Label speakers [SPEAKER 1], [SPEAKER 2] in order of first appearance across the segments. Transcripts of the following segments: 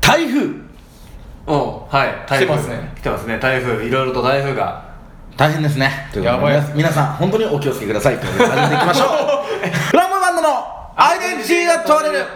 [SPEAKER 1] 台風
[SPEAKER 2] おはい台風
[SPEAKER 1] 来てますね
[SPEAKER 2] 来てますね台風いろいろと台風が
[SPEAKER 3] 大変ですねということで
[SPEAKER 1] やば
[SPEAKER 3] 皆
[SPEAKER 1] い
[SPEAKER 3] さん皆さん本当にお気をつけくださいということで始めていき ましょうフラムバンドのアイデンティティが問われる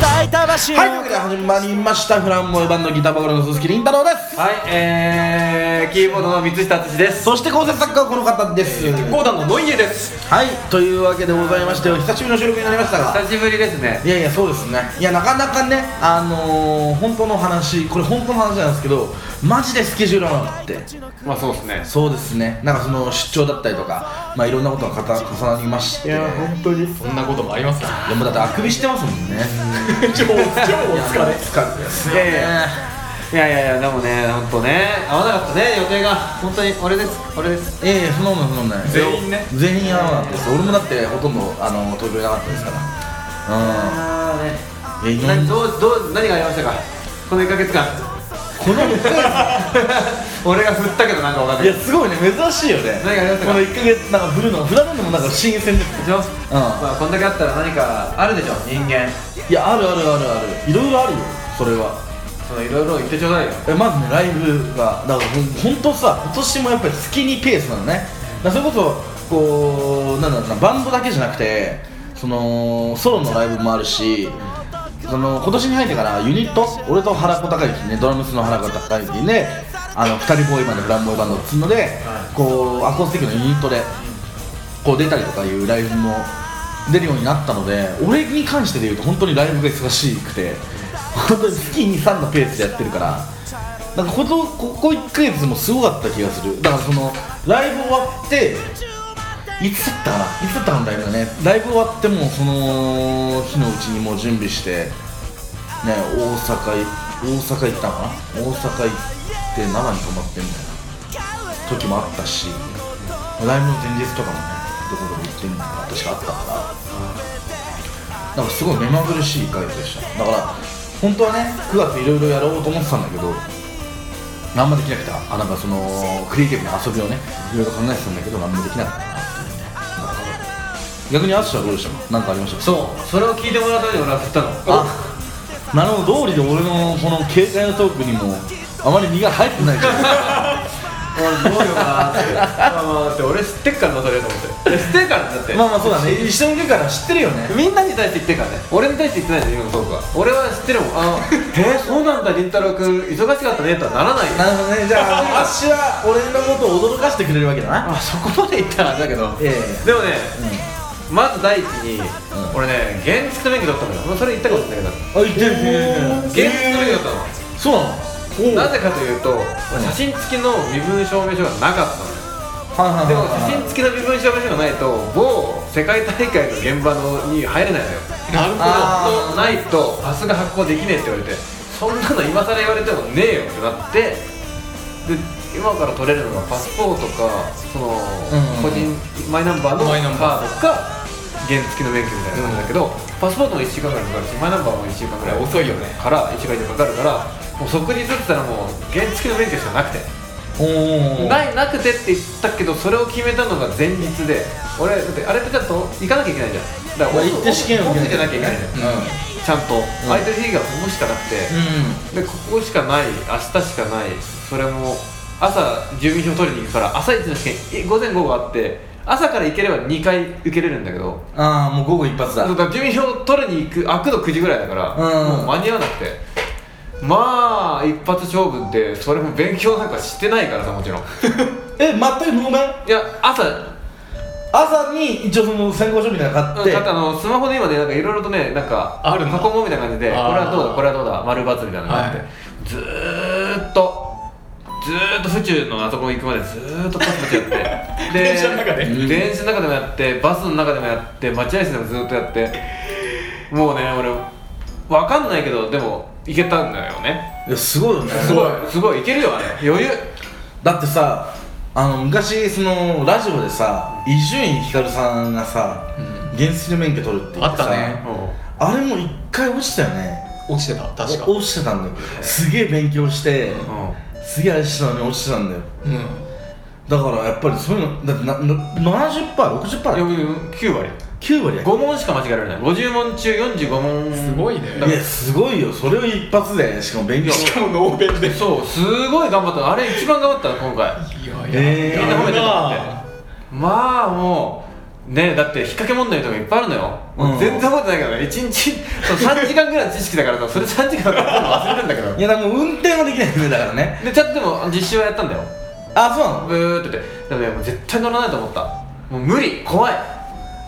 [SPEAKER 4] 大田橋
[SPEAKER 3] はいというわけで始まりましたフランボイバンドギターボーカルの鈴木凛太郎です
[SPEAKER 2] はいえー、キーボードの三下敦です
[SPEAKER 3] そして構成作家はこの方です
[SPEAKER 2] ゴーダンのノイエです
[SPEAKER 3] はいというわけでございましてお久しぶりの収録になりましたが
[SPEAKER 2] 久しぶりですね
[SPEAKER 3] いやいやそうですねいやなかなかねあのー、本当の話これ本当の話なんですけどマジでスケジュール合わなくて
[SPEAKER 2] まあそうですね
[SPEAKER 3] そうですねなんかその出張だったりとかまあいろんなことがかた重なりましていや
[SPEAKER 1] 当にそんなこともありますか
[SPEAKER 3] もうだってあくびしてますもんね
[SPEAKER 1] 超超お疲れ
[SPEAKER 3] 疲れです
[SPEAKER 2] いやいやいやいやいやでもね本当ね合わなかったね予定が本当に俺です俺です
[SPEAKER 3] ええそんなもんそんなもんない
[SPEAKER 1] 全員ね
[SPEAKER 3] 全員合わなかったです俺もだってほとんどあの東京いなかったですから
[SPEAKER 2] ああ
[SPEAKER 3] い
[SPEAKER 2] ね
[SPEAKER 3] や
[SPEAKER 2] な
[SPEAKER 3] 今
[SPEAKER 2] どうどう何がありましたかこの1ヶ月間
[SPEAKER 3] うんこの
[SPEAKER 2] 俺が振ったけどなんか分かんない
[SPEAKER 3] い
[SPEAKER 2] け
[SPEAKER 3] や
[SPEAKER 2] ど
[SPEAKER 3] すごいね珍しいよね
[SPEAKER 2] 何がありましたか
[SPEAKER 3] この1ヶ月なんか振るのフラダンドもなんか新鮮です
[SPEAKER 2] でしょ、
[SPEAKER 3] うん
[SPEAKER 2] まあこんだけあったら何かあるでしょ人間
[SPEAKER 3] いやあるあるあるあるいろいろあるよそれは
[SPEAKER 2] そのいろいろ言ってちょうだいよ
[SPEAKER 3] えまずねライブがだからほんほんとさ今年もやっぱり月にペースなのねだからそれこそこうなんだろうなバンドだけじゃなくてそのソロのライブもあるしその今年に入ってからユニット俺と原子高之ねドラムスの原子高之であの2人ボーイバンドフランボーイバンドっつうので、こうアコースティックのユニットでこう出たりとかいうライブも出るようになったので俺に関してで言うと本当にライブが忙しくて本当に月23のペースでやってるからなんかほどここ1ヶ月もすごかった気がするだからそのライブ終わっていつだったかないつだったかのライブだねライブ終わってもうその日のうちにもう準備してね大阪い大阪行ったのかな大阪行って奈良に泊まってみたいな時もあったしライブの前日とかもねどこどこ行ってみたいな確かあったからなんかすごい目まぐるしい回でしただから本当はね9月いろいろやろうと思ってたんだけど何もできなくてあなんかそのクリエイティブな遊びをねいろいろ考えてたんだけど何もできなかったなっていうね逆に淳はどうでしたか何かありました
[SPEAKER 2] そうそれを聞いてもらうために俺は振ったの
[SPEAKER 3] あなるほど通りで俺のこの携帯のトークにもあまり身が入ってないけど
[SPEAKER 2] 俺どうよなーってまあまあだって俺知ってっからなそれと思って知ってっからだって
[SPEAKER 3] まあまあそうだね一緒にいるから知ってるよね
[SPEAKER 2] みんなに対して言ってるからね俺に対して言ってないで今のトークは俺は知ってるもんあの えーそうなんだりんたろうくん忙しかったねとはならないよ
[SPEAKER 3] なるほどねじゃ あ私は俺のことを驚かしてくれるわけだな
[SPEAKER 2] あそこまで言ったらあれだけど
[SPEAKER 3] え
[SPEAKER 2] でもね
[SPEAKER 3] えうん
[SPEAKER 2] まず第一に、
[SPEAKER 3] ん
[SPEAKER 2] 俺ね原付免許取ったのよもうそれ言ったことないんだけど
[SPEAKER 3] あ言ってる言ってる言ってる
[SPEAKER 2] 原付免許取ったの
[SPEAKER 3] そうなの
[SPEAKER 2] なぜかというと俺写真付きの身分証明書がなかったの
[SPEAKER 3] はいはい
[SPEAKER 2] よで
[SPEAKER 3] は
[SPEAKER 2] も
[SPEAKER 3] いはい
[SPEAKER 2] 写真付きの身分証明書がないと某世界大会の現場のに入れないのよ
[SPEAKER 1] なるほ
[SPEAKER 3] あー
[SPEAKER 2] とないとパスが発行できねえって言われてそんなの今更言われてもねえよってなってで今から取れるのがパスポートかその
[SPEAKER 3] うん
[SPEAKER 2] 個人マイナンバーのカ
[SPEAKER 1] マイ
[SPEAKER 2] ー
[SPEAKER 1] ナ
[SPEAKER 2] ド
[SPEAKER 1] ンバ
[SPEAKER 2] か原付の免許みたいな感じだけどパスポートも1週間ぐらいかかるしマイナンバーも1週間ぐらい
[SPEAKER 1] 遅いよね
[SPEAKER 2] から1週間以上かかるからもう即日って言ったらもう原付の免許しかなくて。
[SPEAKER 3] おー
[SPEAKER 2] ないなくてって言ったけどそれを決めたのが前日で俺だってあれってちょっと行かなきゃいけないじゃんだから
[SPEAKER 3] まあ行って試験を受
[SPEAKER 2] 受け
[SPEAKER 3] け
[SPEAKER 2] てな
[SPEAKER 3] な
[SPEAKER 2] き
[SPEAKER 3] き
[SPEAKER 2] ゃ
[SPEAKER 3] ゃ
[SPEAKER 2] い
[SPEAKER 3] い
[SPEAKER 2] け
[SPEAKER 3] け
[SPEAKER 2] な
[SPEAKER 3] ないい
[SPEAKER 2] じ
[SPEAKER 3] ね
[SPEAKER 2] ゃんちゃんと空いてる日がここしかなくてでここしかない明日しかないそれも朝住民票取りに行くから朝一の試験い午前午後あって朝から行ければ2回受けれるんだけど
[SPEAKER 3] うんああもう午後一発だ
[SPEAKER 2] そうだから住民票取りに行く開くの9時ぐらいだから、
[SPEAKER 3] うん
[SPEAKER 2] もう間に合わなくてまあ一発勝負ってそれも勉強なんかしてないからさもちろん
[SPEAKER 3] え全くごめん
[SPEAKER 2] いや朝
[SPEAKER 3] 朝に一応その先行書みたいなの買
[SPEAKER 2] う
[SPEAKER 3] っ
[SPEAKER 2] ん、
[SPEAKER 3] て
[SPEAKER 2] あとあのスマホで今ねなんかいろいろとねなんか
[SPEAKER 1] あるんだ
[SPEAKER 2] 箱もみたいな感じでこ
[SPEAKER 1] あ
[SPEAKER 2] れ
[SPEAKER 1] ー
[SPEAKER 2] はどうだこれはどうだ丸バツみたいなのがあって、
[SPEAKER 1] はい
[SPEAKER 2] ずーっとずずーっと府中のあそこ行くまでずーっとパチパチ やってで
[SPEAKER 1] 電車の中で
[SPEAKER 2] うん電車の中でもやってバスの中でもやって待合室でもずーっとやってもうね俺わかんないけどでも行けたんだよね
[SPEAKER 3] いやすごいよね
[SPEAKER 2] すごいすごい行けるよあれ余裕
[SPEAKER 3] だってさあの昔そのラジオでさ伊集院光さんがさ原付の免許取るって言ってさ
[SPEAKER 1] あったね
[SPEAKER 3] あれも一回落ちたよね
[SPEAKER 1] 落ちてた確か
[SPEAKER 3] お落ちてたんだよすげえ勉強して
[SPEAKER 2] うん
[SPEAKER 3] すげえあれしてたのに落ちてたんだよ
[SPEAKER 1] うん
[SPEAKER 3] だからやっぱりそういうのだってなな 70%60% だよ
[SPEAKER 2] 余裕9割
[SPEAKER 3] 9割や
[SPEAKER 2] 5問しか間違えられない50問中45問
[SPEAKER 1] すごいね
[SPEAKER 2] だ
[SPEAKER 3] い
[SPEAKER 2] か
[SPEAKER 3] やすごいよそれを一発でしかも勉強
[SPEAKER 1] しかもノーベルで
[SPEAKER 2] らそうすごい頑張ったあれ一番頑張った今回
[SPEAKER 1] い
[SPEAKER 3] えー
[SPEAKER 2] み
[SPEAKER 1] や
[SPEAKER 2] んな褒めて
[SPEAKER 1] な
[SPEAKER 2] たってまあもうねだって引っ掛け問題とかいっぱいあるのよ、もう
[SPEAKER 3] うん
[SPEAKER 2] 全然覚えてないからね1日そう3時間ぐらいの知識だからさそれ3時間だったら忘れるんだけ
[SPEAKER 3] い
[SPEAKER 2] ど
[SPEAKER 3] やなんか運転はできないよねだからね
[SPEAKER 2] でちゃんとでも実習はやったんだよ
[SPEAKER 3] あそうなの
[SPEAKER 2] ブーって言ってでもねもう絶対乗らないと思ったもう無理怖い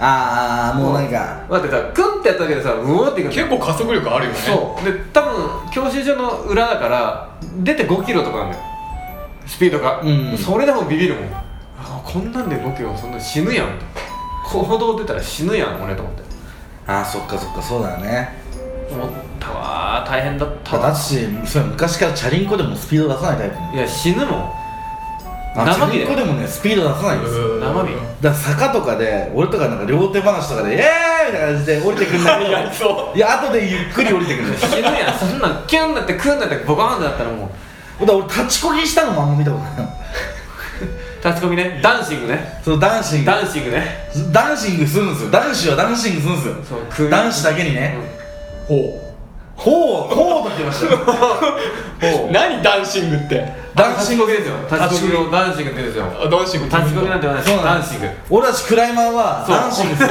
[SPEAKER 3] ああもうなんか
[SPEAKER 2] だってさクンってやっただけでさうおーっていくんだよ
[SPEAKER 1] 結構加速力あるよね
[SPEAKER 2] そうで多分教習所の裏だから出て5キロとかなんだよスピードが、
[SPEAKER 3] うん
[SPEAKER 2] それでもビビるもんあこんなんで5キロそんな死ぬやんと行動出たら死ぬやん俺と思って
[SPEAKER 3] あーそっかそっかそうだよね
[SPEAKER 2] 思ったわー大変だったわ
[SPEAKER 3] だしそれ昔からチャリンコでもスピード出さないタイプ
[SPEAKER 2] いや死ぬもん
[SPEAKER 3] あチ
[SPEAKER 2] 生
[SPEAKER 3] ャ
[SPEAKER 2] 身
[SPEAKER 3] リ
[SPEAKER 2] で
[SPEAKER 3] ンコでもねスピード出さないんですよ
[SPEAKER 1] うん
[SPEAKER 2] 生身
[SPEAKER 3] だから坂とかで俺とかなんか両手話とかで「イエーイ!」みたいな感じで降りてくんだけど
[SPEAKER 1] やりそ
[SPEAKER 3] いや後でゆっくり降りてくるんです
[SPEAKER 2] 死ぬやんそんなんキュンだってクンだってボカーンってなったらもう
[SPEAKER 3] だから俺立ちこぎしたのもあんま見たことない
[SPEAKER 2] 立ち込みねダンシングね
[SPEAKER 3] その男子
[SPEAKER 2] ダンシングね
[SPEAKER 3] ダンシングするんですよ男子はダンシングするんです
[SPEAKER 2] そ
[SPEAKER 3] よ
[SPEAKER 2] う組み
[SPEAKER 3] 男子だけにね
[SPEAKER 1] ほ
[SPEAKER 3] ほうほうと言ってましたよ
[SPEAKER 2] ほ
[SPEAKER 1] う何ダンシングって
[SPEAKER 2] ダ
[SPEAKER 3] ダ
[SPEAKER 2] ン
[SPEAKER 3] ン
[SPEAKER 2] シ
[SPEAKER 3] シ
[SPEAKER 2] ン
[SPEAKER 3] ン
[SPEAKER 2] グ
[SPEAKER 3] グ
[SPEAKER 2] ですよ立ち込みのダンシングですよ
[SPEAKER 1] あダンシング
[SPEAKER 2] 立ち込みなんて言わないで
[SPEAKER 3] そ
[SPEAKER 2] す
[SPEAKER 3] うな
[SPEAKER 2] ダ
[SPEAKER 3] ん
[SPEAKER 2] ン
[SPEAKER 3] です
[SPEAKER 2] シング
[SPEAKER 3] 俺たちクライマーは
[SPEAKER 2] そう
[SPEAKER 3] ダンシングする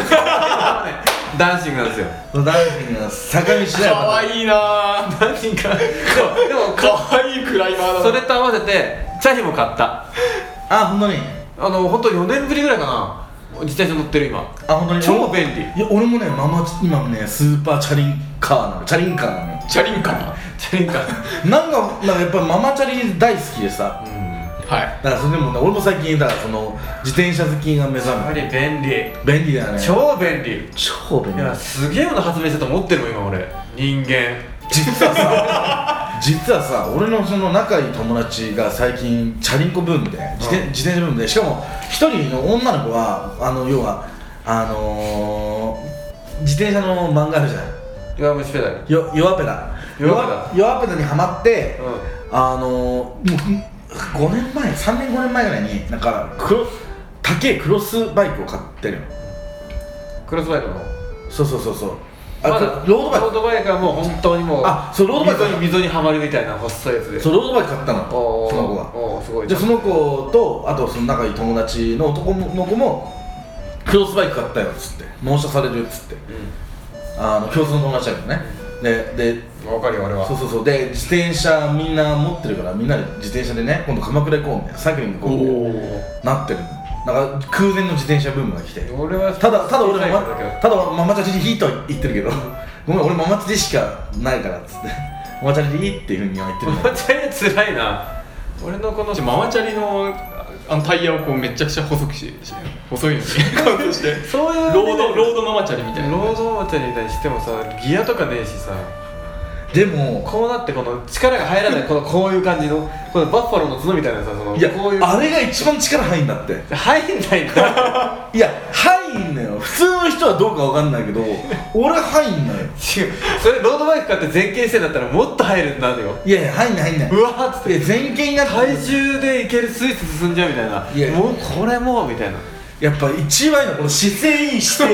[SPEAKER 2] ダンシングなんですよ
[SPEAKER 3] そのダンシングの坂道だ
[SPEAKER 1] か
[SPEAKER 3] よ
[SPEAKER 1] わいいなぁ
[SPEAKER 2] ダンシングかそうでも
[SPEAKER 1] かわいいクライマーだな
[SPEAKER 2] それと合わせてチャヒも買った
[SPEAKER 3] あ本当に
[SPEAKER 2] あの本当4年ぶりぐらいかな自転車乗ってる今
[SPEAKER 3] あ本当に
[SPEAKER 2] 超便利
[SPEAKER 3] いや俺もねママ今もねスーパーチャリンカーなのチャリンカーなのよ
[SPEAKER 1] チャリンカな
[SPEAKER 2] チャリンカ
[SPEAKER 3] なんかなんかやっぱママチャリ大好きでさ
[SPEAKER 1] はい
[SPEAKER 3] だからそれでもね俺も最近だからその自転車好きが目覚
[SPEAKER 2] やっぱ
[SPEAKER 3] め
[SPEAKER 2] り便利
[SPEAKER 3] 便利だよね
[SPEAKER 2] 超便利
[SPEAKER 3] 超便
[SPEAKER 2] い
[SPEAKER 3] 利
[SPEAKER 2] やすげえもの発明したと思ってるもん今俺人間
[SPEAKER 3] 実は さ実はさ俺のその仲いい友達が最近チャリンコブームで自転,、
[SPEAKER 2] うん
[SPEAKER 3] 自転車ブームでしかも一人の女の子はあの要はあのー、自転車の漫画あるじゃん
[SPEAKER 2] 弱虫ペダルうん
[SPEAKER 3] よ弱ペダ
[SPEAKER 2] 弱ペダ
[SPEAKER 3] 弱弱ペダにはまって、あのー、もう5年前3年5年前ぐらいになんか黒高えクロスバイクを買ってるの
[SPEAKER 2] クロスバイクの
[SPEAKER 3] そうそうそうそうあ、
[SPEAKER 2] まだ
[SPEAKER 3] ロードバイ
[SPEAKER 2] ロー
[SPEAKER 3] ク
[SPEAKER 2] ドバイクはもう本当にもう
[SPEAKER 3] あそうロードバイク
[SPEAKER 2] 溝に溝にはまるみたいな細いやつで
[SPEAKER 3] そうロードバイク買ったの
[SPEAKER 2] お
[SPEAKER 3] そ
[SPEAKER 2] ー
[SPEAKER 3] の子が
[SPEAKER 2] おーすごい
[SPEAKER 3] じゃあその子とあとその仲いい友達の男の子もクロスバイク買ったよっつって納車されるっつってあの共通の友達だけどねでで
[SPEAKER 2] うんわかるよ俺は
[SPEAKER 3] そうそうそうで自転車みんな持ってるからみんなで自転車でね今度鎌倉行こうみたいなサイクリング行こうみたいななってるなんか空前の自転車ブームが来て
[SPEAKER 2] 俺は
[SPEAKER 3] ただただ俺マ
[SPEAKER 2] 小さい頃だけ
[SPEAKER 3] ただママチャリでいいとは言ってるけどごめん俺ママチャリしかないからっつってママチャリでいいっていうふうには言って
[SPEAKER 2] ど
[SPEAKER 3] るん
[SPEAKER 2] マ
[SPEAKER 3] だけ
[SPEAKER 2] マチャリつらいな俺のこの
[SPEAKER 1] ママチャリのあのタイヤをこうめちゃくちゃ細くしし細いのにカウントして
[SPEAKER 2] そういう
[SPEAKER 1] ロードロードママチャリみたいな
[SPEAKER 2] ロードママチャリみたいにしてもさギアとかねえしさ
[SPEAKER 3] どでも
[SPEAKER 2] こうなってこの力が入らないこのこういう感じのこのバッファローの角みたいなさその
[SPEAKER 3] いや
[SPEAKER 2] こういう
[SPEAKER 3] あれが一番力入んだって
[SPEAKER 2] 入んないんだ
[SPEAKER 3] いや入んのよ普通の人はどうかわかんないけど俺入んのよ
[SPEAKER 2] 違うそれロードバイク買って前傾姿勢だったらもっと入るんだよ
[SPEAKER 3] いやいや入んない入んないう
[SPEAKER 2] わーっつっ
[SPEAKER 3] いや
[SPEAKER 2] て
[SPEAKER 3] 前傾になって
[SPEAKER 2] 体重でいけるスイス進んじゃうみたいない
[SPEAKER 3] や
[SPEAKER 2] もうこれもうみたいな
[SPEAKER 3] やっぱ一番いいのはこの姿勢いい姿勢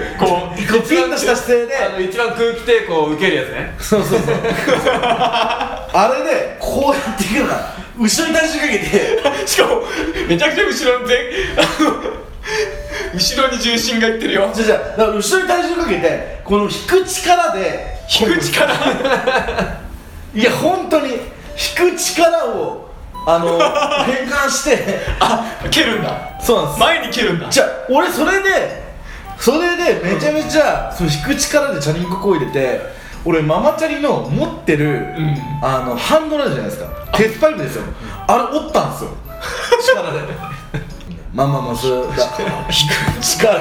[SPEAKER 3] で
[SPEAKER 1] こ
[SPEAKER 3] こうピンとした姿勢で
[SPEAKER 2] あの一番空気抵抗を受けるやつね
[SPEAKER 3] そうそうそうあれでこうやっていくのから後ろに体重かけ て
[SPEAKER 1] うしかもめちゃくちゃ後ろの前あの後ろに重心がいってるよ
[SPEAKER 3] じゃあじゃあだから後ろに体重かけてこの引く力で
[SPEAKER 1] 引く力
[SPEAKER 3] いや本当に引く力をあ の変換して
[SPEAKER 1] あ蹴るんだ
[SPEAKER 3] そうなんです
[SPEAKER 1] 前に蹴るんだ
[SPEAKER 3] じゃあ俺それでそれでめちゃめちゃ、その引く力でチャリンコこいでて俺ママチャリの持ってる、
[SPEAKER 1] ん
[SPEAKER 3] あのハンドルあるじゃないですか鉄パイプですよあれ折ったんですよ
[SPEAKER 2] 力で
[SPEAKER 3] まあまあまあそれ引く力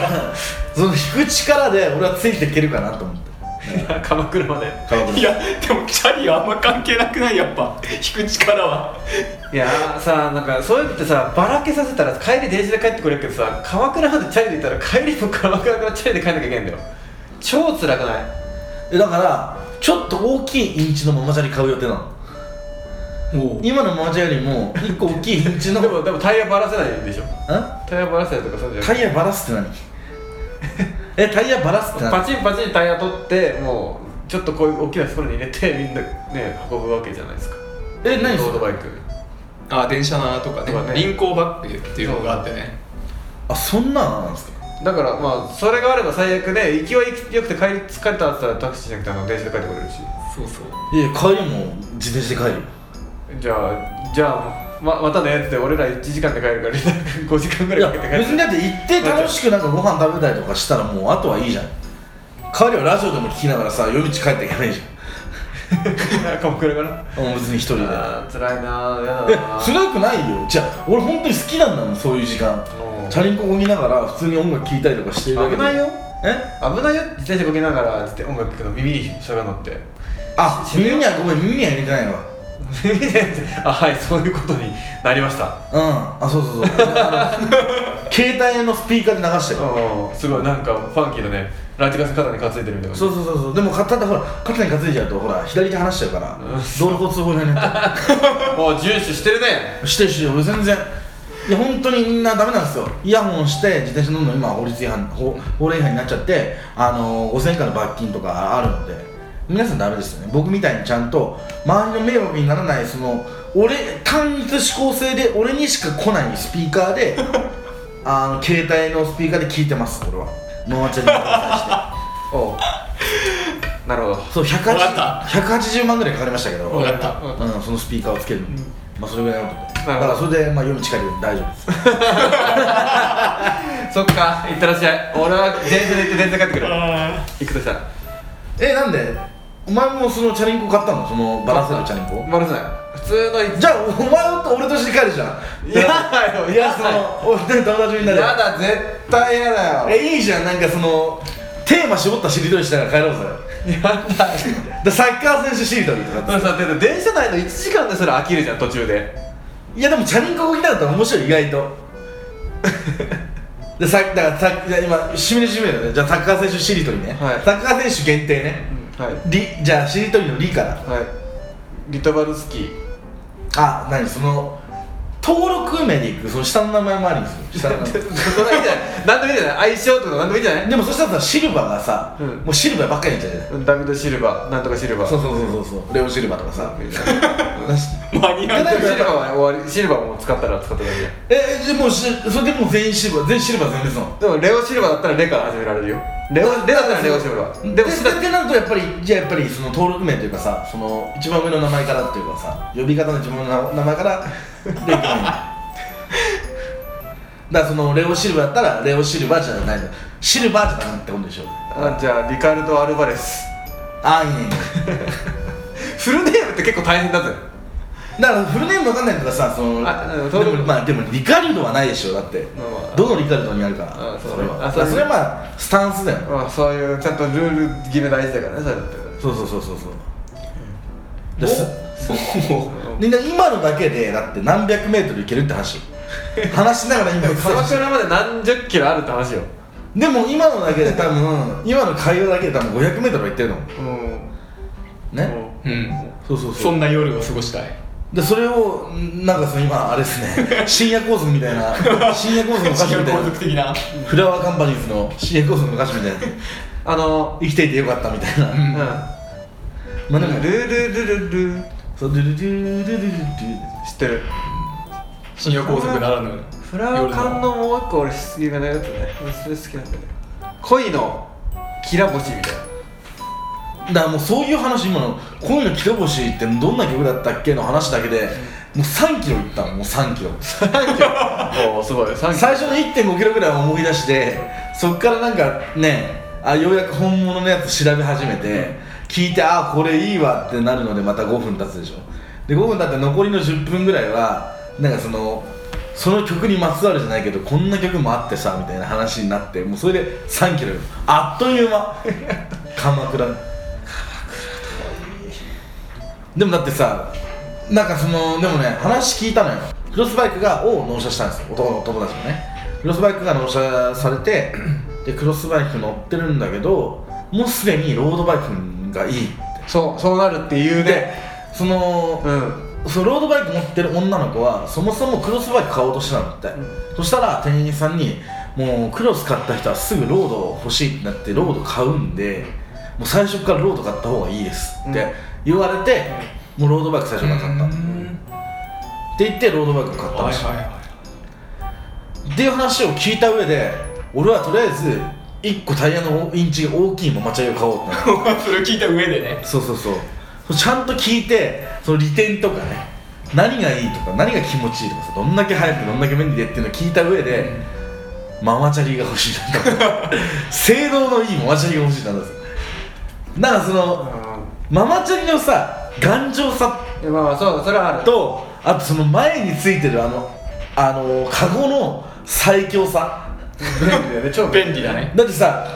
[SPEAKER 3] その引く力で俺はついていけるかなと思って
[SPEAKER 2] い や鎌倉まで
[SPEAKER 3] 川村
[SPEAKER 1] いやでもチャリはあんま関係なくないやっぱ引く力はい
[SPEAKER 2] やーさなんかそういうのってさばらけさせたら帰り電車で帰ってくれるけどさ鎌倉までチャリで行ったら帰りも鎌倉からチャリで帰んなきゃいけないんだよ超辛くない
[SPEAKER 3] えだからちょっと大きいインチのママチャリ買う予定なの
[SPEAKER 1] お
[SPEAKER 3] 今のママチャリよりも一個大きいインチの
[SPEAKER 2] でもでもタイヤばらせないでしょ
[SPEAKER 3] ん
[SPEAKER 2] タイヤばらせないとかそうじゃな
[SPEAKER 3] タ
[SPEAKER 2] い
[SPEAKER 3] イヤバラすって何えタイヤバラすって
[SPEAKER 2] パ
[SPEAKER 3] 何
[SPEAKER 2] チンパチンタイヤ取ってもうちょっとこういう大きな袋に入れてみんなね運ぶわけじゃないですか
[SPEAKER 3] え何
[SPEAKER 2] ロ
[SPEAKER 3] そ
[SPEAKER 2] ードバ
[SPEAKER 3] れ
[SPEAKER 2] イク
[SPEAKER 1] あ電車なとかね
[SPEAKER 2] とかね
[SPEAKER 1] 輪行バッグっていうのがあってね
[SPEAKER 3] あそんなのなんですか
[SPEAKER 2] だからまあそれがあれば最悪で勢いよくて帰り疲れたっつったらタクシーじゃなくてあの電車で帰ってこれるし
[SPEAKER 1] そうそう
[SPEAKER 3] いや帰りも自転車で帰るよ
[SPEAKER 2] じゃあじゃあままたねって俺ら1時間で帰るから5時間ぐ
[SPEAKER 3] い
[SPEAKER 2] ら
[SPEAKER 3] や
[SPEAKER 2] いかけて帰る
[SPEAKER 3] 別にだって行って楽しくなんかご飯食べたりとかしたらもうあとはいいじゃん帰りはラジオでも聞きながらさ夜道帰っていけばいいじ
[SPEAKER 2] 鎌倉かな
[SPEAKER 3] ゃんもう別に一人で
[SPEAKER 2] あー辛いなーやだ
[SPEAKER 3] え
[SPEAKER 2] なー
[SPEAKER 3] 辛くないよじゃあ俺本当に好きなんだもんそういう時間
[SPEAKER 2] うん
[SPEAKER 3] チャリンコ漕ぎながら普通に音楽聴いたりとかしてるだけで
[SPEAKER 2] 危ないよ
[SPEAKER 3] え
[SPEAKER 2] 危ないよ自転車こけながらつって音楽聴くの耳にしゃが乗って
[SPEAKER 3] あ
[SPEAKER 2] し
[SPEAKER 3] 耳にはごめん耳には入れてないわ
[SPEAKER 2] 耳にあはいそういうことになりました
[SPEAKER 3] うんあそう そうそうあの携帯のスピーカーで流してる
[SPEAKER 2] うんすごいなんかファンキーだねラジカセ肩に担いでるみたいな
[SPEAKER 3] そうそうそうそうでも肩でほら肩に担いじゃうとほら左手離しちゃうから道路交通法違反になっちゃう
[SPEAKER 2] もう遵守してるね
[SPEAKER 3] してるしてる俺全然いや本当にみんなダメなんですよイヤホンして自転車乗るの今法律違反法法令違反になっちゃってあの5000円以下の罰金とかあるので皆さんダメですよね僕みたいにちゃんと周りの迷惑にならないその俺単一指向性で俺にしか来ないスピーカー であの携帯のスピーカーで聞いてます俺はノアチャリに対
[SPEAKER 2] おう なるほど
[SPEAKER 3] してそう
[SPEAKER 1] わか
[SPEAKER 3] 180 180万ぐらいかかりましたけど
[SPEAKER 1] 分かった
[SPEAKER 3] うん、そのスピーカーをつけるのに、まあそれぐらいのことでだか
[SPEAKER 2] なるほど
[SPEAKER 3] らそれで、まあ、夜道帰るより大丈夫です
[SPEAKER 2] そっか行ってらっしゃい俺は電車で行って電車帰ってくる
[SPEAKER 1] あ
[SPEAKER 2] 行くとしたら
[SPEAKER 3] えなんでお前もそのチャリンコ買ったのそのバラせるチャリンコ
[SPEAKER 2] バラせない普通のい
[SPEAKER 3] じゃあお前と俺として帰るじゃん
[SPEAKER 2] やだよ
[SPEAKER 3] いやその俺と友達みんなで
[SPEAKER 2] やだ絶対やだよ
[SPEAKER 3] えいいじゃんなんかそのテーマ絞ったしりとりしながら帰ろうぜ
[SPEAKER 2] やだよ
[SPEAKER 3] でサッカー選手しりとりとかって
[SPEAKER 2] さだって電車内の1時間ですら飽きるじゃん途中で
[SPEAKER 3] いやでもチャリンコ動きなかったら面白い意外と でさだからさじゃあ今しみれしみれだねじゃあサッカー選手しりとりね、
[SPEAKER 2] はい
[SPEAKER 3] サッカー選手限定ね、
[SPEAKER 2] はい
[SPEAKER 3] りじゃあしりとりの「り」から
[SPEAKER 2] はいリトバルスキー
[SPEAKER 3] あ何その登録名でいくその下の名前もありですよ下の名前
[SPEAKER 2] そんないいじゃない何でもいいじゃない相性とか何でもいいじゃない
[SPEAKER 3] でもそしたらさシルバーがさ、
[SPEAKER 2] うん
[SPEAKER 3] もうシルバーばっかりになっちゃうじゃん
[SPEAKER 2] ダビド・シルバーなんとかシルバー
[SPEAKER 3] そうそうそうそうそうレオシルバーとかさ
[SPEAKER 2] みたいな
[SPEAKER 1] マニアッ
[SPEAKER 3] や
[SPEAKER 1] ク
[SPEAKER 3] だ
[SPEAKER 2] シルバーは終わりシルバーも使ったら使っただけで
[SPEAKER 3] えでもしそれでもう全員シルバー全員シルバー全滅なの
[SPEAKER 2] でもレオ・シルバーだったらレから始められるよレオレだったらレオ・シルバー
[SPEAKER 3] で
[SPEAKER 2] で
[SPEAKER 3] も
[SPEAKER 2] も
[SPEAKER 3] っ
[SPEAKER 2] シダ
[SPEAKER 3] てなるとやっぱりじゃあやっぱりその登録名というかさその一番上の名前からっていうかさ呼び方の自分の名前からでい けないんだだからそのレオシルバーだったらレオシルバーじゃないのシルバーじゃないってことでしょ
[SPEAKER 2] あじゃあリカルド・アルバレス
[SPEAKER 3] ああいいねいいね
[SPEAKER 2] フルネームって結構大変だぜ
[SPEAKER 3] だからフルネームわかんないからさその
[SPEAKER 2] あ
[SPEAKER 3] で
[SPEAKER 2] 登録
[SPEAKER 3] もまあでもリカルドはないでしょだって、
[SPEAKER 2] まあまあ
[SPEAKER 3] どのリカルドにあるか
[SPEAKER 2] あ
[SPEAKER 3] ら
[SPEAKER 2] そう
[SPEAKER 3] それは
[SPEAKER 2] あ
[SPEAKER 3] あ
[SPEAKER 2] そう
[SPEAKER 3] それはまあスタンスだよ、
[SPEAKER 2] まあそういうちゃんとルール決め大事だからねそういうのって
[SPEAKER 3] そうそうそうそうそうです
[SPEAKER 1] も
[SPEAKER 3] みんな今のだけでだって何百メートルいけるって 話話しながら今言ってた
[SPEAKER 2] 鎌倉まで何十キロあるって話よ
[SPEAKER 3] でも今のだけで多分今の会話だけで多分500メートルはいってるの
[SPEAKER 2] うん
[SPEAKER 3] ね
[SPEAKER 1] ううん
[SPEAKER 3] そうそう
[SPEAKER 1] そ
[SPEAKER 3] そうん
[SPEAKER 1] な夜を過ごしたい
[SPEAKER 3] でそれをんなんかその今あれですね 深夜高速みたい な深夜高速の歌詞
[SPEAKER 1] 違
[SPEAKER 3] み
[SPEAKER 1] う
[SPEAKER 3] たい
[SPEAKER 1] 皇
[SPEAKER 3] な
[SPEAKER 1] 族的な
[SPEAKER 3] フラワーカンパニーズの CA コースの昔みたいな
[SPEAKER 2] あの
[SPEAKER 3] 生きていてよかったみたいな、
[SPEAKER 2] うん
[SPEAKER 3] まあでも
[SPEAKER 2] ルールルルルル
[SPEAKER 3] そうドゥルドゥルドゥルドゥルド
[SPEAKER 2] 知ってる
[SPEAKER 1] 深夜皇族ならぬ
[SPEAKER 2] フラワーカンのもう一個俺有名なやつね俺それ好きなんだよね恋のきらぼしみたい
[SPEAKER 3] ゥだからもうそういう話今の「恋のきら星」ってどんな曲だったっけの話だけでもう3キロいったのもう3キロ
[SPEAKER 2] なおおすごい最
[SPEAKER 3] 最初の1 5キロぐらい思い出してそっからなんかねあようやく本物のやつ調べ始めて、き聞いてああこれいいわってなるのでまた5分経つでしょで5分経って残りの10分ぐらいはなんかそのその曲にまつわるじゃないけどこんな曲もあってさみたいな話になってもうそれで3キロよあっという間鎌倉でもだってさなんかそのでもね話聞いたのよクロスバイクがを納車したんですよ男の友達がねクロスバイクが納車されて でクロスバイク乗ってるんだけどもうすでにロードバイクがいいって
[SPEAKER 2] そうそうなるっていう
[SPEAKER 3] で
[SPEAKER 2] ね
[SPEAKER 3] その,、
[SPEAKER 2] うん
[SPEAKER 3] そのロードバイク持ってる女の子はそもそもクロスバイク買おうとしてたんだって、そしたら店員さんにもうクロス買った人はすぐロード欲しいってなってロード買うんでもう最初からロード買った方がいいですって言われて、もうロードバイク最初から買った、って言ってロードバイクを買ったらしい、っていう話を聞いた上で俺はとりあえず1個タイヤのインチが大きいママチャリを買おうってなって
[SPEAKER 1] それを聞いた上でね
[SPEAKER 3] そうそうそうちゃんと聞いてその利点とかね何がいいとか何が気持ちいいとかさどんだけ速くどんだけ便利でっていうのを聞いた上で、ママチャリが欲しいなと性能のいいママチャリが欲しいなとなんかそのママチャリのさ頑丈さ
[SPEAKER 2] うんまあまあそうそれはある
[SPEAKER 3] とあとその前についてるあのあのカゴの最強さ
[SPEAKER 2] 便利だよね超
[SPEAKER 1] 便利だね
[SPEAKER 3] だってさ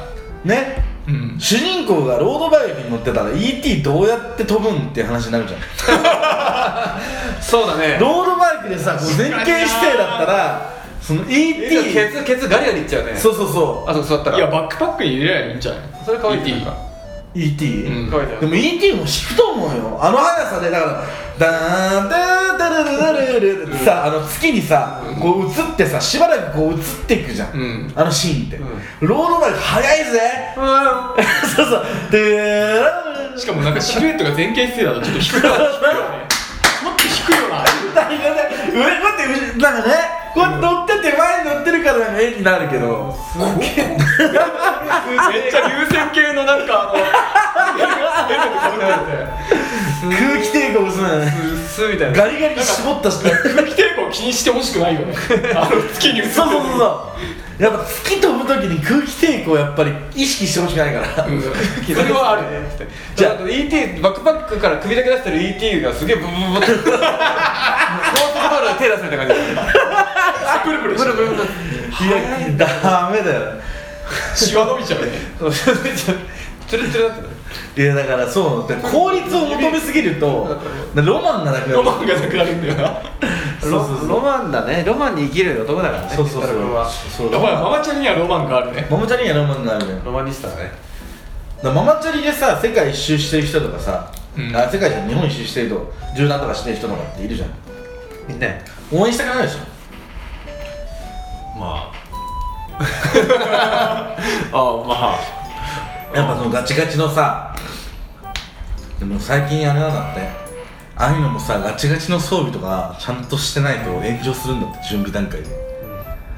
[SPEAKER 3] ね
[SPEAKER 1] うん
[SPEAKER 3] 主人公がロードバイクに乗ってたら ET どうやって飛ぶんって話になるじゃん
[SPEAKER 2] そうだね
[SPEAKER 3] ロードバイクでさこう前傾姿勢だったらその
[SPEAKER 2] いや
[SPEAKER 3] ET
[SPEAKER 2] ケツケツガリガリいっちゃうね
[SPEAKER 3] そうそうそ
[SPEAKER 2] あそこ座ったら
[SPEAKER 1] いやバックパックに入れりゃいいんじゃない
[SPEAKER 2] それ可愛いっていう
[SPEAKER 1] ET
[SPEAKER 2] か
[SPEAKER 3] う ET、
[SPEAKER 1] うん
[SPEAKER 2] 可愛いだよ
[SPEAKER 3] でも ET も引くと思うよあの速さでだからダーンダーンダルルルルルルってさあの月にさこう映ってさしばらくこう映っていくじゃん、
[SPEAKER 1] うん
[SPEAKER 3] あのシーンって、
[SPEAKER 2] う
[SPEAKER 3] ロードバイク速いぜ
[SPEAKER 2] う
[SPEAKER 3] そうそうでー
[SPEAKER 1] しかもなんかシルエットが前傾姿勢だとちょっと低いよねもっと低いよな
[SPEAKER 3] タイヤで上こうやって後ろなんかねこうやって乗ってて前に乗ってるからなんか絵になるけど
[SPEAKER 1] めっちゃ流線形のなんかあのヘルメットかぶって
[SPEAKER 3] 空気抵抗もするのよね
[SPEAKER 2] んすみたいな
[SPEAKER 3] ガリガリに絞ったし
[SPEAKER 1] て空気抵抗気にしてほしくないよねあの月に映ってる
[SPEAKER 3] そうそうそうそうやっぱ月飛ぶ時に空気抵抗をやっぱり意識してほしくないから
[SPEAKER 1] うんそれはあるね
[SPEAKER 2] じゃあ ET バックパックから首だけ出してる ET がすげえブブブブブって高速道路で手出すみたいな感
[SPEAKER 1] プルプル
[SPEAKER 2] じブルブルブル
[SPEAKER 3] いやダメだよ
[SPEAKER 1] シワ伸びちゃうね
[SPEAKER 2] そうツルツルだって
[SPEAKER 3] いやだからそうだから効率を求めすぎるとロマンがなくな
[SPEAKER 1] ロ
[SPEAKER 3] る
[SPEAKER 1] マンがなくなるんだよなや
[SPEAKER 3] そ
[SPEAKER 2] た
[SPEAKER 3] うそうそう
[SPEAKER 2] ロマンだねロマンに生きる男だからね
[SPEAKER 3] そうそうそう
[SPEAKER 2] 光君は
[SPEAKER 3] そうロ
[SPEAKER 1] ばいマ
[SPEAKER 3] マン
[SPEAKER 1] マちゃんにはロマンがあるね
[SPEAKER 3] ママチャリにはロマンになるね
[SPEAKER 2] ロマンニスタだね
[SPEAKER 3] だからママチャリでさ世界一周してる人とかさ、
[SPEAKER 1] うん
[SPEAKER 3] あ世界じゃない日本一周してると縦断とかしてる人とかっているじゃん
[SPEAKER 2] みんな
[SPEAKER 3] 応援したくないでしょ
[SPEAKER 2] まああまあ
[SPEAKER 3] やっぱそのガチガチのさでも最近あれなんだってああいうのもさガチガチの装備とかちゃんとしてないと炎上するんだって準備段階で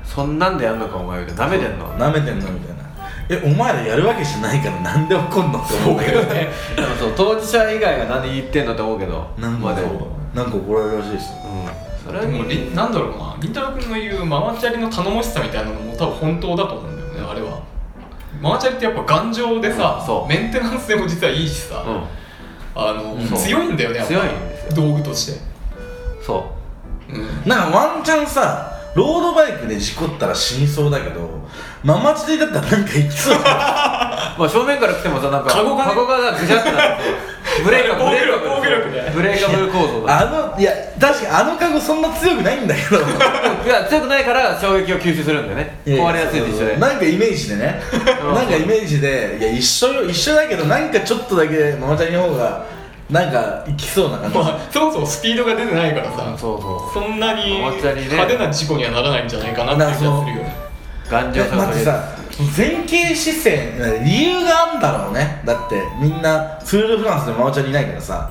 [SPEAKER 2] そんなんでやんのかお前みたいな舐めてんの
[SPEAKER 3] なめてんのみたいなえお前らやるわけじゃないからなんで怒んのって思うんだけどね
[SPEAKER 2] でもそう当事者以外が何言ってんのって思うけど
[SPEAKER 3] なん
[SPEAKER 2] まあ
[SPEAKER 3] か
[SPEAKER 2] で
[SPEAKER 3] そ
[SPEAKER 2] も
[SPEAKER 3] うなんか怒られるらしいですよ
[SPEAKER 2] うんそれ
[SPEAKER 1] で
[SPEAKER 2] は
[SPEAKER 1] もりなんだろうなりんたろーくんの言うママチャリの頼もしさみたいなのも多分本当だと思うんだよねあれはママチャリってやっぱ頑丈でさ
[SPEAKER 2] うんそう
[SPEAKER 1] メンテナンスでも実はいいしさ、
[SPEAKER 2] う
[SPEAKER 1] あの、
[SPEAKER 2] そう
[SPEAKER 1] 強いんだよねやっぱ
[SPEAKER 2] 強いんですよ
[SPEAKER 1] 道具として、
[SPEAKER 2] んそ
[SPEAKER 1] うん、
[SPEAKER 3] なんかワンチャンさロードバイクで事故ったら死にそうだけどママチャリだったらなんかいきそうだ
[SPEAKER 2] うまあ正面から来てもさなんか
[SPEAKER 1] カゴがね
[SPEAKER 2] がぐしゃってなってブレーカーブレーカー
[SPEAKER 1] 防御力防御力ね
[SPEAKER 2] ブレーカーブル構造だ
[SPEAKER 3] あのいや確かにあのカゴそんな強くないんだけど
[SPEAKER 2] いや強くないから衝撃を吸収するんだよね壊れやすいと一緒で
[SPEAKER 3] なんかイメージでね なんかイメージでいや一緒よ一緒だけどなんかちょっとだけママチャリの方がなんかいきそうな感じ、
[SPEAKER 1] まあそもそもスピードが出てないからさ
[SPEAKER 2] そうそ
[SPEAKER 1] そんなに
[SPEAKER 2] ママチャリね
[SPEAKER 1] 派手な事故にはならないんじゃないかなっていう気がするよね
[SPEAKER 2] う頑
[SPEAKER 3] い
[SPEAKER 2] 丈
[SPEAKER 3] や
[SPEAKER 2] さが
[SPEAKER 3] 待っ
[SPEAKER 2] 取
[SPEAKER 3] て
[SPEAKER 2] り
[SPEAKER 3] さ前傾姿勢理由があんだろうねだってみんなツール・フランスでママチャリいないからさ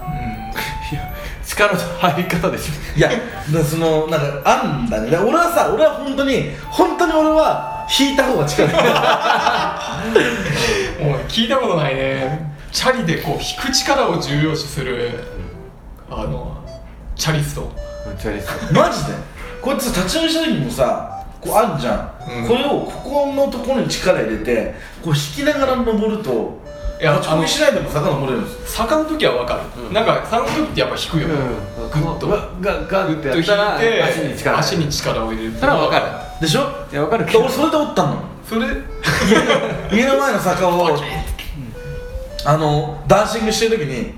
[SPEAKER 2] 力の入り方でしょ
[SPEAKER 3] いやだからそのなんかあんだねだから俺はさ俺は本当に本当に俺は引いた方が力が
[SPEAKER 1] もう聞いたことないねチャリでこう引く力を重要視するあのチャリスト
[SPEAKER 2] めっちゃ嬉しい
[SPEAKER 3] マジでこいつ立ち上げした時にもさこうあんじゃん、
[SPEAKER 1] うん
[SPEAKER 3] これをここのところに力入れてこう引きながら登ると
[SPEAKER 1] いや
[SPEAKER 3] 立ち込みしないでも遡れるんですよ
[SPEAKER 1] 坂の時は分かる、
[SPEAKER 2] うん
[SPEAKER 1] なんか坂の時ってやっぱ引くよね、
[SPEAKER 2] うん
[SPEAKER 1] グッと
[SPEAKER 2] このガガッってや
[SPEAKER 1] 引い
[SPEAKER 2] ったら
[SPEAKER 1] て
[SPEAKER 2] 足に力
[SPEAKER 1] 足に力を入れる
[SPEAKER 2] それは分かる
[SPEAKER 3] でしょ
[SPEAKER 2] いや分かるけど
[SPEAKER 3] 俺それで折ったの
[SPEAKER 1] そ れ
[SPEAKER 3] 家の前の坂をあのダンシングしてる時に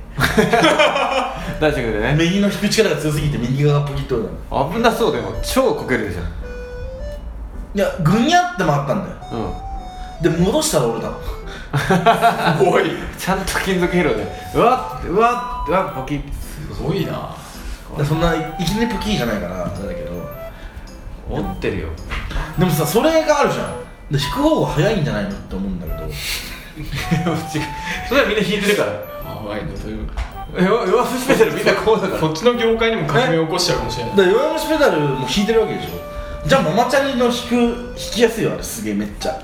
[SPEAKER 2] 大丈夫だよね
[SPEAKER 3] 右の引く力が強すぎて右側がポキッと折れたの
[SPEAKER 2] 危なそうでも超こけるじゃん
[SPEAKER 3] いやぐにゃって回ったんだよ
[SPEAKER 2] う
[SPEAKER 3] で
[SPEAKER 2] ん
[SPEAKER 3] 戻したら折れたの
[SPEAKER 1] おい
[SPEAKER 2] ちゃんと金属疲労でうわっうわっうわっポキッ
[SPEAKER 1] すごいな
[SPEAKER 3] だからそんないきなりポキーじゃないからあれだけど
[SPEAKER 2] 折ってるよ
[SPEAKER 3] でもさそれがあるじゃんで引く方が早いんじゃないのって思うんだけど
[SPEAKER 2] 違うそれはみんな引いてるから
[SPEAKER 1] やばいねという
[SPEAKER 2] 弱弱すスペシャルみんなこうだから
[SPEAKER 1] そっちの業界にも革命を起こしちゃうかもしれない
[SPEAKER 3] だから弱虫ペダルも引いてるわけでしょじゃあママチャリの引く引きやすいよあれすげえめっちゃ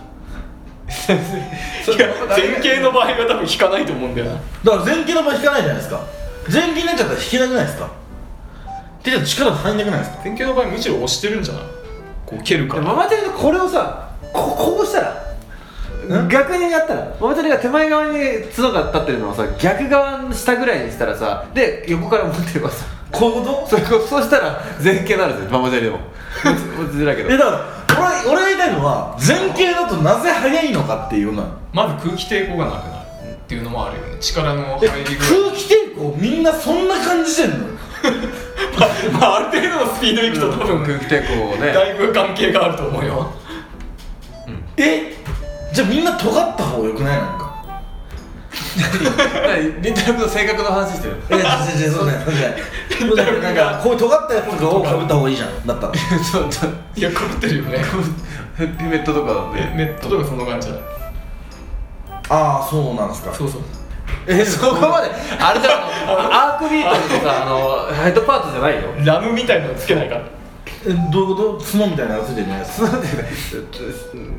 [SPEAKER 1] いや前傾の場合は多分引かないと思うんだよな
[SPEAKER 3] だから前傾の場合引かないじゃないですか前傾になっちゃったら引けなくないですか手が力入んなくないですか
[SPEAKER 1] 前傾の場合むしろ押してるんじゃないこう蹴るから
[SPEAKER 2] ママチャリのこれをさここうしたら逆にやったらママチャリが手前側に角が立ってるのをさ逆側の下ぐらいにしたらさで横から持ってればさ
[SPEAKER 3] こういうこと
[SPEAKER 2] それこそうしたら前傾になるぜママチャリでも落ちづらいけど
[SPEAKER 3] えだから俺俺が言いたいのは前傾だとなぜ速いのかっていうのなの
[SPEAKER 1] まず空気抵抗がなくなるっていうのもあるよね力の入
[SPEAKER 3] え
[SPEAKER 1] り
[SPEAKER 3] 空
[SPEAKER 1] 具
[SPEAKER 3] 気抵抗みんなそんな感じしてんの
[SPEAKER 1] 合まあある程度のスピードいくと多分
[SPEAKER 2] 空気抵抗をね
[SPEAKER 1] だいぶ関係があると思うよ
[SPEAKER 3] えじゃあみんな尖った方がよくないなんか
[SPEAKER 2] 何りんたろーの性格の話してる
[SPEAKER 3] いや、違う違う、そうだよ、そうだよ。そうだ よ、なんか、こういう尖ったやつとかをかぶった方がいいじゃん、だった ら。
[SPEAKER 2] ちょっと
[SPEAKER 1] いやかぶってるよね
[SPEAKER 2] ヘルメットとかだ
[SPEAKER 1] えネットとかそんな感じじゃない
[SPEAKER 3] ああ、そうなんですか。
[SPEAKER 1] そうそう
[SPEAKER 3] え、
[SPEAKER 2] そこまであれじゃんアークビートのさあのヘッドパートじゃないよ
[SPEAKER 1] ラムみたいなのつけないから
[SPEAKER 3] え、どういうこと、角みたいなやつでね。
[SPEAKER 2] なんで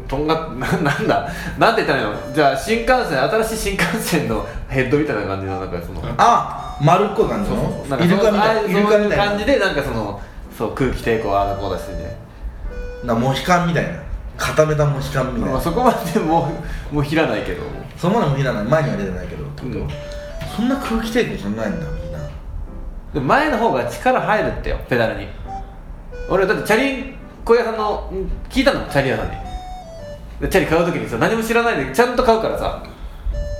[SPEAKER 2] とんがななんだなんて言ったらいいのじゃあ新幹線新しい新幹線のヘッドみたいな感じのなんかその
[SPEAKER 3] あ、丸っこい感じの。
[SPEAKER 2] なん
[SPEAKER 3] イル
[SPEAKER 2] か
[SPEAKER 3] カみ
[SPEAKER 2] ああ
[SPEAKER 3] た
[SPEAKER 2] そう
[SPEAKER 3] い、
[SPEAKER 2] い
[SPEAKER 3] イルカみ
[SPEAKER 2] う
[SPEAKER 3] たい
[SPEAKER 2] 感
[SPEAKER 3] な
[SPEAKER 2] じでなんかそのそう空気抵抗ああだこうだしてね、。
[SPEAKER 3] な、モヒカンみたいな。固めたモヒカンみたい
[SPEAKER 2] まあ、
[SPEAKER 3] な。
[SPEAKER 2] そこまでもうもう切らないけど
[SPEAKER 3] そのまでもひらない、前には出てないけど。
[SPEAKER 2] うん
[SPEAKER 3] そんな空気抵抗じゃないんだ、みんな。
[SPEAKER 2] でも前の方が力入るってよペダルに俺だってチャリン小屋さんのん聞いたのチャリ屋さんにでチャリ買う時にさ何も知らないでちゃんと買うからさ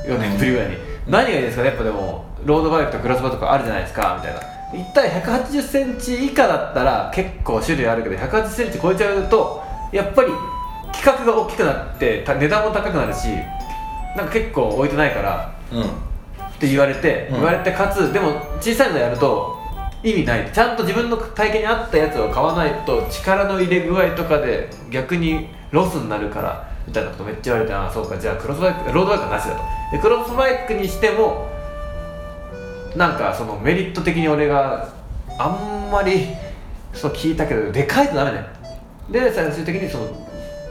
[SPEAKER 2] 4年ぶりぐらいに何がいいですかねやっぱでもロードバイクとクロスバイクとかあるじゃないですかみたいな一体1 8 0センチ以下だったら結構種類あるけど1 8 0センチ超えちゃうとやっぱり規格が大きくなってた値段も高くなるしなんか結構置いてないから
[SPEAKER 3] うん。
[SPEAKER 2] って言われて、
[SPEAKER 3] うん
[SPEAKER 2] 言われてかつでも小さいのやると意味ないちゃんと自分の体型に合ったやつを買わないと力の入れ具合とかで逆にロスになるからみたいなことめっちゃ言われてああそうかじゃあクロスバイクロードバイクはなしだとでクロスバイクにしてもなんかそのメリット的に俺があんまりそう聞いたけどでかいとダメだよで最終的にその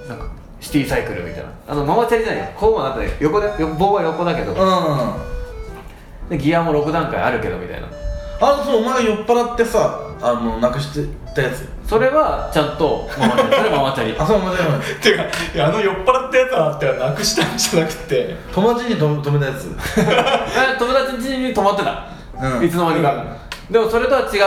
[SPEAKER 2] なんかシティサイクルみたいなあのママチャリじゃないよこうもなったら横でよ棒は横だけど、
[SPEAKER 3] うん。
[SPEAKER 2] でギアも6段階あるけどみたいな
[SPEAKER 3] あの、その、お前が酔っ払ってさ、あの、なくしてたやつ。
[SPEAKER 2] それはちゃんとママチャリそれママチャリ
[SPEAKER 3] あ、そう、お前じゃない。
[SPEAKER 1] てかいやあの酔っ払ったやつはってはなくしたんじゃなくて
[SPEAKER 3] 友達にと止めたやつ。
[SPEAKER 2] え友達ん家に泊まってた、
[SPEAKER 3] うん
[SPEAKER 2] いつの間にか、でもそれとは違うチ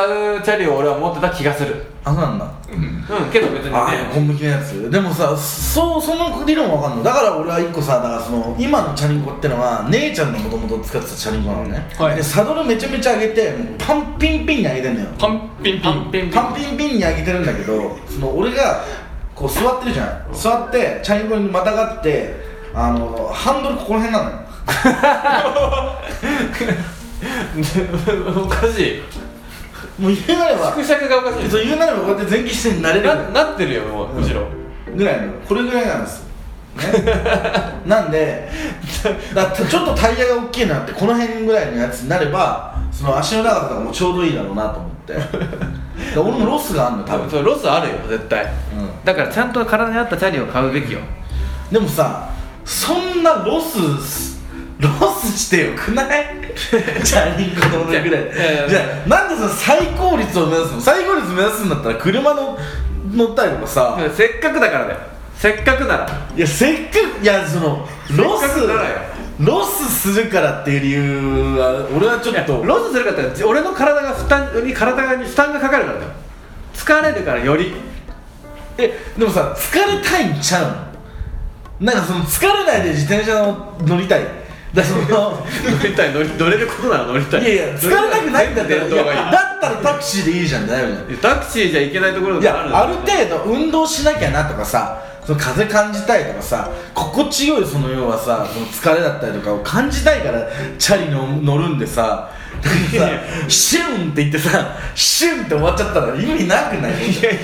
[SPEAKER 2] ャリを俺は持ってた気がする
[SPEAKER 3] あ、そうなんだ。
[SPEAKER 2] うんけど別に
[SPEAKER 3] ああ、
[SPEAKER 2] ね
[SPEAKER 3] 本向きのやつでもさそうその理論わかんのだから俺は一個さだからその今のチャリンコってのは姉ちゃんのもともと使ってたチャリンコなのね、
[SPEAKER 1] はい
[SPEAKER 3] でサドルめちゃめちゃ上げてもうパンピンピンに上げてんのよ
[SPEAKER 1] パンピンピ
[SPEAKER 2] パ
[SPEAKER 1] ン
[SPEAKER 2] ンピンピン
[SPEAKER 3] パンピンピンに上げてるんだけどその俺がこう座ってるじゃん座ってチャリンコにまたがってあのハンドルここら辺なのよ
[SPEAKER 2] おかしい
[SPEAKER 3] もう言うなれ ば
[SPEAKER 2] 縮尺がおかし
[SPEAKER 3] そう言うなればこうやって前傾姿勢になれ
[SPEAKER 2] い
[SPEAKER 3] る
[SPEAKER 2] ななってるよもうむしろ、
[SPEAKER 3] ぐらいのこれぐらいなんですよ、ね、なんでだってちょっとタイヤが大きいなってこの辺ぐらいのやつになればその足の長さがもうちょうどいいだろうなと思ってだから俺もロスがあんの多
[SPEAKER 2] 多分
[SPEAKER 3] 分、
[SPEAKER 2] それロスあるよ絶対
[SPEAKER 3] うん
[SPEAKER 2] だからちゃんと体に合ったチャリを買うべきよ
[SPEAKER 3] でもさそんなロスロスしてよくないチャリンコの俺ぐらい
[SPEAKER 2] いやいやいや
[SPEAKER 3] じゃあなんでその最高率を目指すの最高率目指すんだったら車の乗ったりとかさ、
[SPEAKER 2] せっかくだからだよせっかくなら
[SPEAKER 3] いやせっかくいやそのロ
[SPEAKER 2] せっか
[SPEAKER 3] ス
[SPEAKER 2] くならよ
[SPEAKER 3] ロスするからっていう理由は俺はちょっと
[SPEAKER 2] ロスするかって俺の体が負担より体が負担がかかるからだよ疲れるからよ り
[SPEAKER 3] えでもさ疲れたいんちゃうのなんかその疲れないで自転車の乗りたいだその
[SPEAKER 2] 乗りたい乗り乗れることなら乗り たい
[SPEAKER 3] いやいや疲れたくないんだったら
[SPEAKER 2] 全
[SPEAKER 3] い
[SPEAKER 2] 部電動がいい
[SPEAKER 3] やだったらタクシーでいいじゃんだよね
[SPEAKER 2] いやタクシーじゃ行けないところ
[SPEAKER 3] い
[SPEAKER 2] とかある
[SPEAKER 3] やある程度運動しなきゃなとかさその風感じたいとかさ心地よいその要はさその疲れだったりとかを感じたいからチャリの乗るんでさ
[SPEAKER 2] いやい
[SPEAKER 3] さシュンって言ってさシュンって終わっちゃったら意味なくない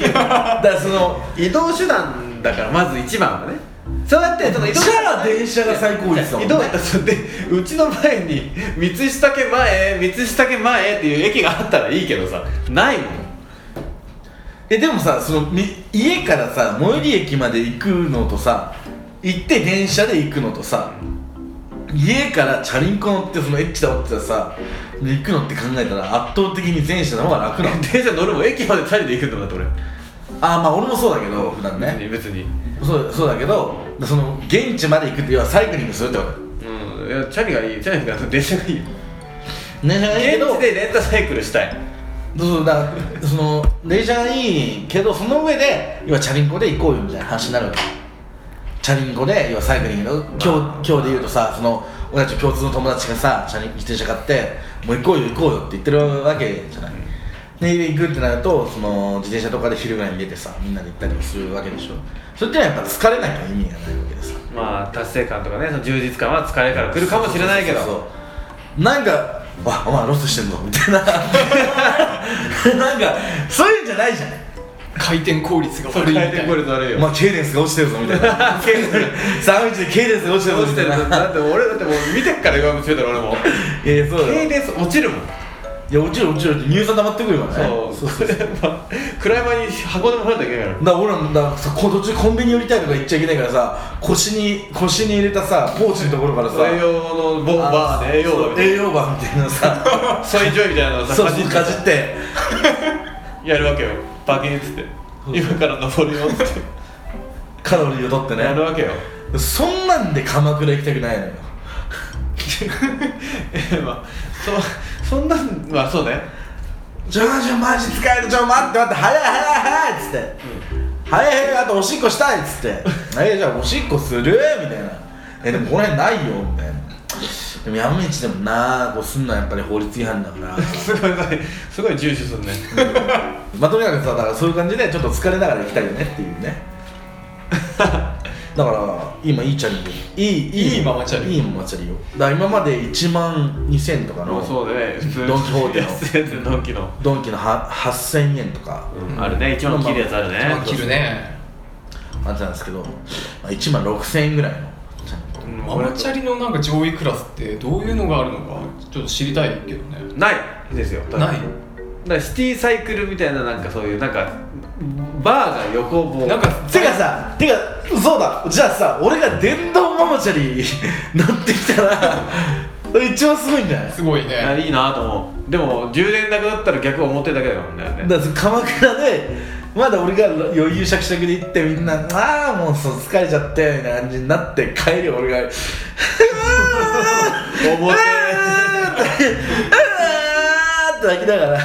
[SPEAKER 3] だからその
[SPEAKER 2] 移動手段だからまず一番はねそうやってその移動
[SPEAKER 3] じゃあ電車が最高ですもんね
[SPEAKER 2] 移動 手段でうちの前に三下家前三下家前っていう駅があったらいいけどさないもん
[SPEAKER 3] えでもさそのみ家からさ最寄り駅まで行くのとさ行って電車で行くのとさ家からチャリンコ乗ってそのエッチだおってさ行くのって考えたら圧倒的に前者の方が楽なの
[SPEAKER 2] 電車乗るもん駅までチャリで行くんだもんだって
[SPEAKER 3] ああまあ俺もそうだけど普段
[SPEAKER 2] 俺、
[SPEAKER 3] ね
[SPEAKER 2] 別に
[SPEAKER 3] そうそうだけどその現地まで行くって要はサイクリングするってこ
[SPEAKER 2] うんいやチャリがいいチャリが電車がいいよ
[SPEAKER 3] と電車がいいけど
[SPEAKER 2] 現地でレンタサイクルしたい
[SPEAKER 3] そうそうだからそのレジャーがいいけどその上で要はチャリンコで行こうよみたいな話になるわけチャリンコで要はサイクリングの今日今日で言うとさその俺たち共通の友達がさチャリン自転車買ってもう行こうよ行こうよって言ってるわけじゃない、で行くってなるとその自転車とかで昼ぐらいに出てさみんなで行ったりもするわけでしょそれってのはやっぱ疲れなきゃ意味がないわけでさ
[SPEAKER 2] まあ達成感とかねその充実感は疲れから来るかもしれないけど
[SPEAKER 3] そうそうそうなんかわお前ロスしてんぞみたいな なんかそういうんじゃないじゃん
[SPEAKER 1] 回転効率が
[SPEAKER 2] そ
[SPEAKER 1] 悪
[SPEAKER 2] れ
[SPEAKER 1] いみた
[SPEAKER 2] 回転
[SPEAKER 1] いな
[SPEAKER 2] 効率悪いよ、
[SPEAKER 3] まあ、ケイデンスが落ちてるぞみたいな。 ケイデンス、サウジでケイデンスが落ちてるぞ
[SPEAKER 2] 落
[SPEAKER 3] み
[SPEAKER 2] ちて
[SPEAKER 3] たい
[SPEAKER 2] る
[SPEAKER 3] な。
[SPEAKER 2] だって俺だってもう見てっから今もつけたら俺も
[SPEAKER 3] いやいや、そうだ
[SPEAKER 2] 経
[SPEAKER 3] よ。
[SPEAKER 2] 電落ちるもん
[SPEAKER 3] いや、落ちる落ちるって乳酸溜まってくるからね。
[SPEAKER 2] そうそうそうクライマーに運んでもらわなきゃいけないか
[SPEAKER 3] だ
[SPEAKER 2] ら
[SPEAKER 3] から俺らもだからさこ途中コンビニ寄りたいとか言っちゃいけないからさ腰に腰に入れたさポーチのところからさ
[SPEAKER 2] 栄養のボンバーで栄養
[SPEAKER 3] そう
[SPEAKER 2] バー
[SPEAKER 3] 栄養バーみたいな さ
[SPEAKER 2] ソイジョイみたいなのをさ
[SPEAKER 3] そう
[SPEAKER 2] かじ
[SPEAKER 3] そう
[SPEAKER 2] っ
[SPEAKER 3] かじって
[SPEAKER 2] てやるわけよバキンっつって今から登るよっつっ
[SPEAKER 3] カロリーを取って
[SPEAKER 2] てやる
[SPEAKER 3] ね
[SPEAKER 2] わけよ
[SPEAKER 3] そんなんで鎌倉行きたくないのよ
[SPEAKER 2] えまあそそんなんまあそうね
[SPEAKER 3] ちょちょマジ疲れたちょ待って待って早い早い早いっつって、早い早いあとおしっこしたいっつって「えじゃあおしっこする?」みたいな「えでもこの辺ないよ」みたいな「でも山道でもなこうすんのはやっぱり法律違反だから」
[SPEAKER 2] すごいすごい重視するね
[SPEAKER 3] まあとにかくさだからそういう感じでちょっと疲れながら行きたいよねっていうね だから今いいチャリよいい
[SPEAKER 1] いいママチャリ
[SPEAKER 3] いいママチャリよだから今まで1万2000とか
[SPEAKER 2] も
[SPEAKER 3] の
[SPEAKER 2] うそうだね普通
[SPEAKER 3] ドン・キホーテの
[SPEAKER 2] 安いやつドンキの
[SPEAKER 3] ドンキのは8000円とか、
[SPEAKER 2] あるね一番切るやつあるね
[SPEAKER 1] まあ切るね
[SPEAKER 3] あったんですけど、まあ、1万6000円ぐらいのチャリ
[SPEAKER 2] うん
[SPEAKER 1] ママチャリのなんか上位クラスってどういうのがあるのかちょっと知りたいけどね
[SPEAKER 2] ないですよ多分
[SPEAKER 1] ない
[SPEAKER 2] だからシティサイクルみたいななんかそういうなんかバーが横棒
[SPEAKER 1] なんか
[SPEAKER 3] てかさてかそうだじゃあさ俺が電動ママチャ リ乗ってきたら一番すごいんじゃない
[SPEAKER 1] すごい
[SPEAKER 2] いや
[SPEAKER 1] ね
[SPEAKER 2] いいなと思うでも充電なくなったら逆表だけだもんね
[SPEAKER 3] だから鎌倉でまだ俺が余裕しゃくしゃくで行ってみんなああもうそう疲れちゃってみたいな感じになって帰り俺が うわ
[SPEAKER 2] 表
[SPEAKER 3] ーってうわーって泣きながら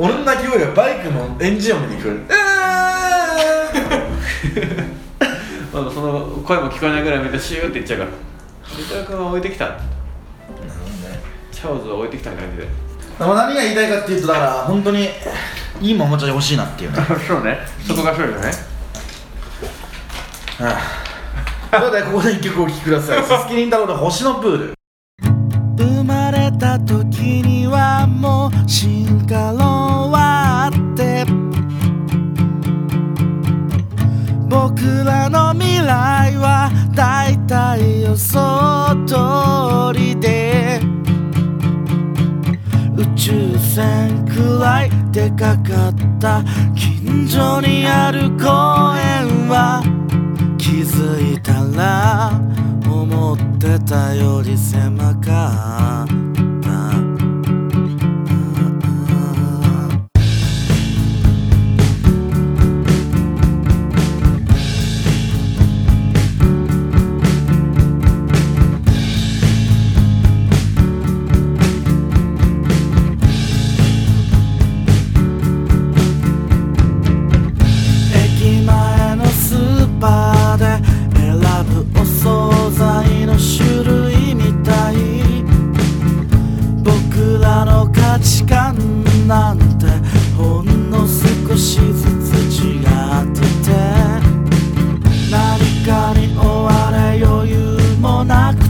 [SPEAKER 3] 俺の泣き声がバイクのエンジン音に聞こえるうわー
[SPEAKER 2] ま あその声も聞こえないぐらいみんなシューって言っちゃうから三沢君は置いてきた
[SPEAKER 3] なるほどね
[SPEAKER 2] チャオズは置いてきたみたいな感じで
[SPEAKER 3] まあ何が言いたいかっていうとだから本当にいいママチャリ欲しいなっていうね
[SPEAKER 2] そうねそこがそうよね
[SPEAKER 3] ということでここで一曲お聴きくだ さい「すすきりん太郎の星のプール」
[SPEAKER 4] 生まれた時にはもう進化論はあって僕らの未来は大体予想通りで宇宙船くらいでかかった近所にある公園は気づいたら思ってたより狭かった
[SPEAKER 5] しずつ違ってて何かに追われ余裕もなくて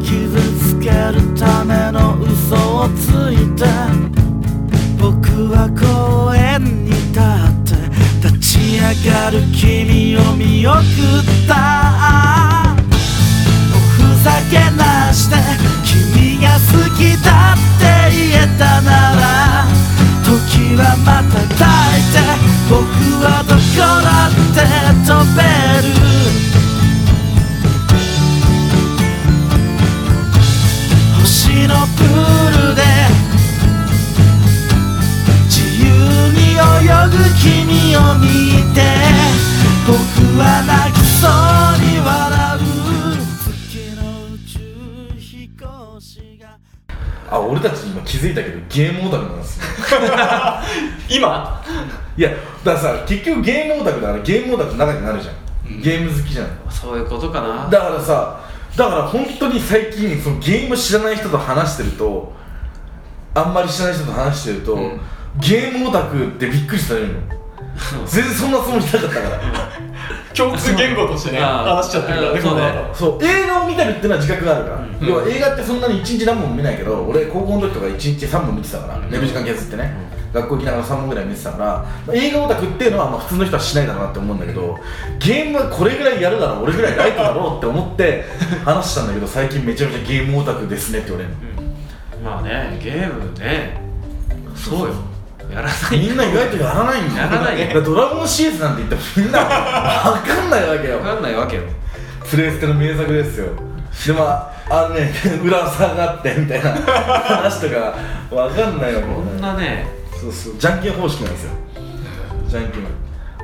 [SPEAKER 5] 傷つけるための嘘をついて僕は公園に立って立ち上がる君を見送ったおふざけなして君が好きだって言えたなら時はまた抱いて僕はどこだって飛べる星のプールで自由に泳ぐ君を見て僕は泣きそうに笑う月の宇宙飛行士が
[SPEAKER 3] あ俺たち今気づいたけどゲームオタクなんですよ
[SPEAKER 1] 今
[SPEAKER 3] いやだからさ結局ゲームオタクだからゲームオタクの中になるじゃん、ゲーム好きじゃん
[SPEAKER 6] そういうことかな
[SPEAKER 3] だからさだから本当に最近そのゲーム知らない人と話してるとあんまり知らない人と話してると、
[SPEAKER 6] ん
[SPEAKER 3] ゲームオタクってびっくりされるの全然そんなつもりなかったから
[SPEAKER 1] 共通言語としてね
[SPEAKER 6] あー
[SPEAKER 1] 話しちゃってるからね
[SPEAKER 6] うんそう
[SPEAKER 1] こ
[SPEAKER 6] ね
[SPEAKER 1] の後
[SPEAKER 3] そう映画を見てるっていうのは自覚があるから、要は映画ってそんなに1日何本も見ないけど俺高校の時とか1日3本見てたから、寝る時間削ってね、学校行きながら3本ぐらい見てたから映画オタクっていうのはまあ普通の人はしないだろうなって思うんだけど、ゲームはこれぐらいやるだろう俺ぐらいライトだろうって思っ て話したんだけど最近めちゃめちゃゲームオタクですねって言われるの
[SPEAKER 6] まあねゲームねそうよやらない
[SPEAKER 3] みんな意外とやらないんだ
[SPEAKER 6] やらないね
[SPEAKER 3] だからドラゴン CS なんて言ってもみんなわかんないわけよ
[SPEAKER 6] 分かんないわけよ
[SPEAKER 3] プレステの名作ですよでもああのね 裏技があってみたいな話とかわかんないわけ
[SPEAKER 6] こ
[SPEAKER 3] よ
[SPEAKER 6] んなね
[SPEAKER 3] そうそうじゃんけん方式なんですよじゃんけん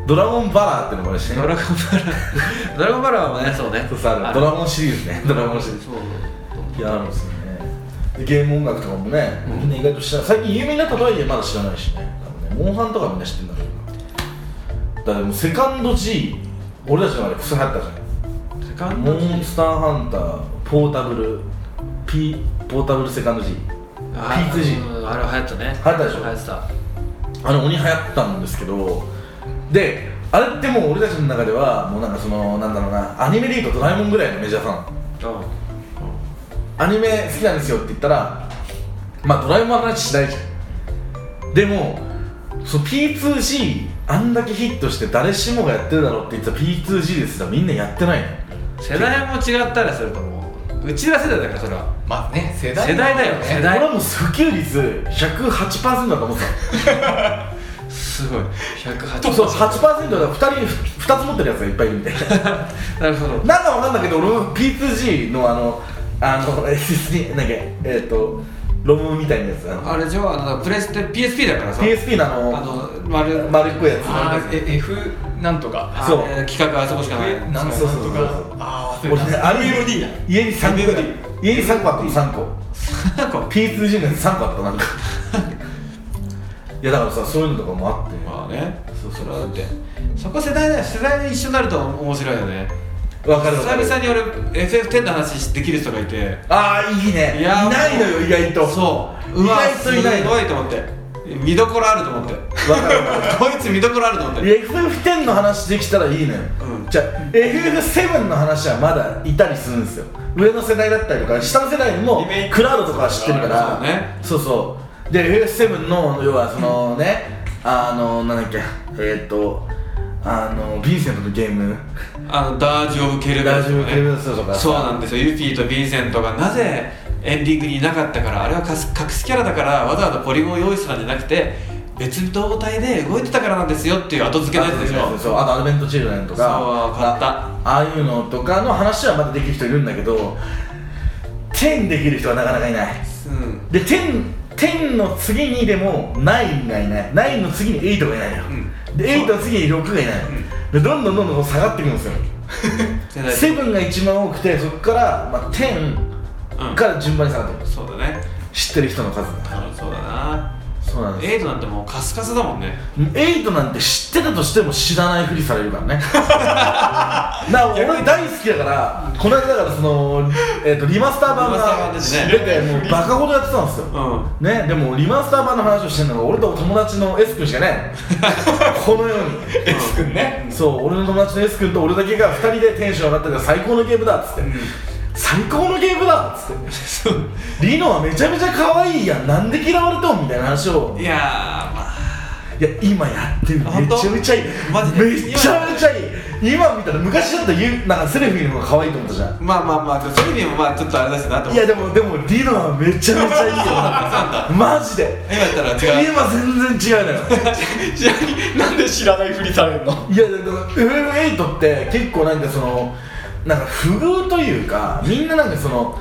[SPEAKER 3] ドラゴンバラーってのもあるしね
[SPEAKER 6] ドラゴンバ ラドラゴンバラはねそうね
[SPEAKER 3] そうそうある
[SPEAKER 6] ある
[SPEAKER 3] ドラゴンシリーズねドラゴンシリーズ
[SPEAKER 6] そう
[SPEAKER 3] いやあるんですよねでゲーム音楽とかもねみんな意外と知らない最近有名になったとはいえまだ知らないしね多分ねモンハンとかみんな知ってんだろうなだからもうセカンド G 俺たちの中でクソ流行ったじゃない
[SPEAKER 6] セカン
[SPEAKER 3] モ
[SPEAKER 6] ド G
[SPEAKER 3] ンスターハンターポータブル P ポータブルセカンド G
[SPEAKER 6] あ
[SPEAKER 3] P2G
[SPEAKER 6] うんあれ流行ったね
[SPEAKER 3] 行ったでしょ
[SPEAKER 6] 流行ってた
[SPEAKER 3] あの鬼流行ったんですけどであれってもう俺たちの中ではもうなんかそのなんだろうなアニメでいうとドラえもんぐらいのメジャーさんアニメ好きなんですよって言ったらまあドラえもんの話しないじゃんでもその P2G あんだけヒットして誰しもがやってるだろうって言ってた P2G ですらみんなやってないの
[SPEAKER 6] うん世代も違ったらそれともううちら世代だからそれは
[SPEAKER 1] まあね世代
[SPEAKER 6] 世代だよ世
[SPEAKER 3] 俺
[SPEAKER 6] 代
[SPEAKER 3] はもう普及率108%だと思ってたの
[SPEAKER 6] すごい108
[SPEAKER 3] そうそう8%だから2人2つ持ってるやつがいっぱいいるみたいな
[SPEAKER 6] なるほ ど
[SPEAKER 3] なんかわかんないけど俺も P2G のあのあの SSD なんかえっ、とロムみたいなやつあの
[SPEAKER 6] あれじゃああのプレステ PSP だからさ
[SPEAKER 3] PSP のあ
[SPEAKER 6] あ
[SPEAKER 3] の
[SPEAKER 6] の丸
[SPEAKER 3] 丸っこいやつ
[SPEAKER 1] あーえ F なんとか
[SPEAKER 6] あ
[SPEAKER 3] そう
[SPEAKER 6] えー企画あそこしかない
[SPEAKER 1] F なんと
[SPEAKER 3] そう
[SPEAKER 1] か
[SPEAKER 3] そうそう
[SPEAKER 1] な
[SPEAKER 3] ん
[SPEAKER 1] とかああ忘れ
[SPEAKER 3] 俺ね
[SPEAKER 1] た
[SPEAKER 3] あれ家に3個ぐらい家に3個あったの3個
[SPEAKER 6] なんか
[SPEAKER 3] P2G のやつ3個あったなん かいやだからさそういうのとかもあって
[SPEAKER 6] まあね
[SPEAKER 3] そうそう
[SPEAKER 6] それはだってそこ世代だよ世代で一緒になると面白いよね
[SPEAKER 3] わかるわか
[SPEAKER 6] 久
[SPEAKER 3] る
[SPEAKER 6] 々に俺 FF10 の話できる人がいて
[SPEAKER 3] ああいいねい
[SPEAKER 6] ー
[SPEAKER 3] ないのよ意外と
[SPEAKER 6] そう
[SPEAKER 3] 意
[SPEAKER 6] うわ
[SPEAKER 3] 外といない
[SPEAKER 6] す
[SPEAKER 3] の
[SPEAKER 6] ごいと思って見どころあると 思って
[SPEAKER 3] わかるわかる
[SPEAKER 6] こいつ見どころあると思って
[SPEAKER 3] FF10 の話できたらいいのよ、
[SPEAKER 6] うん
[SPEAKER 3] じゃあ FF7 の話はまだいたりするんですよ上の世代だったりとか下の世代も
[SPEAKER 1] リメイク
[SPEAKER 3] クラウドとかは知ってるから
[SPEAKER 6] そうね
[SPEAKER 3] そうそうで FF7 の要はそのねあのなんだっけえっ、とあのヴィンセントのゲーム
[SPEAKER 6] あのダージ・オブ・ケルベ
[SPEAKER 3] ラ
[SPEAKER 6] ロス
[SPEAKER 3] ジ
[SPEAKER 6] と
[SPEAKER 3] オ
[SPEAKER 6] か
[SPEAKER 3] テレビ
[SPEAKER 6] ね
[SPEAKER 3] だとか
[SPEAKER 6] そうなんですよユーピーとヴィンセントがなぜエンディングにいなかったからあれは隠す隠すキャラだからわざわざポリゴンを用意したんじゃなくて別動体で動いてたからなんですよっていう後付けのやつでしょ
[SPEAKER 3] そうあとアドベントチルドレンとか
[SPEAKER 6] そう買った
[SPEAKER 3] あああいうのとかの話はまだできる人いるんだけど10できる人はなかなかいない
[SPEAKER 6] うん
[SPEAKER 3] で10 10の次にでも9がいない9の次に8がいないのよ、で8の次に6がいないの、でどんどんどんどん下がっていくんですよ
[SPEAKER 6] 世代的
[SPEAKER 3] 7
[SPEAKER 6] に
[SPEAKER 3] が一番多くてそこから、まあ、10から順番に下がっていく
[SPEAKER 6] そうだね
[SPEAKER 3] 知ってる人の数が
[SPEAKER 6] 多分そうだな
[SPEAKER 3] そうそうなんです
[SPEAKER 2] エイトなんてもうカスカスだもんね
[SPEAKER 3] エイトなんて知ってたとしても知らないふりされるからね な俺大好きだからこの間だからその、えー、とリマスター版
[SPEAKER 2] リマスター版
[SPEAKER 3] が
[SPEAKER 2] ですね
[SPEAKER 3] 出てもうバカほどやってたんですよ、
[SPEAKER 2] うん
[SPEAKER 3] ね、でもリマスター版の話をしてるのが俺と友達の S 君しかいないの このように
[SPEAKER 1] S 君ね
[SPEAKER 3] そう俺の友達の S 君と俺だけが2人でテンション上がってて最高のゲームだっつって、最高のゲームだっつって
[SPEAKER 2] そう
[SPEAKER 3] リノはめちゃめちゃ可愛いやんなんで嫌われとんみたいな話を
[SPEAKER 2] いやーまあ
[SPEAKER 3] いや今やってるめ
[SPEAKER 2] あ本当
[SPEAKER 3] ちゃめちゃいい
[SPEAKER 2] マジで
[SPEAKER 3] めちゃめちゃいい今見たら昔だったらゆなんかセレフィーの方が可愛いと思ったじゃん
[SPEAKER 2] まあまあまあそういう意味もまあちょっとあれだしなと
[SPEAKER 3] い
[SPEAKER 2] 思っ
[SPEAKER 3] や
[SPEAKER 2] て
[SPEAKER 3] でもでもリノはめちゃめちゃいいよマジで
[SPEAKER 2] 今やったら違う
[SPEAKER 3] 今全然違うのよ
[SPEAKER 1] ちなみになんで知らないふりされるの
[SPEAKER 3] いやでも FM8 って結構なんかそのなんか不遇というかみんななんかその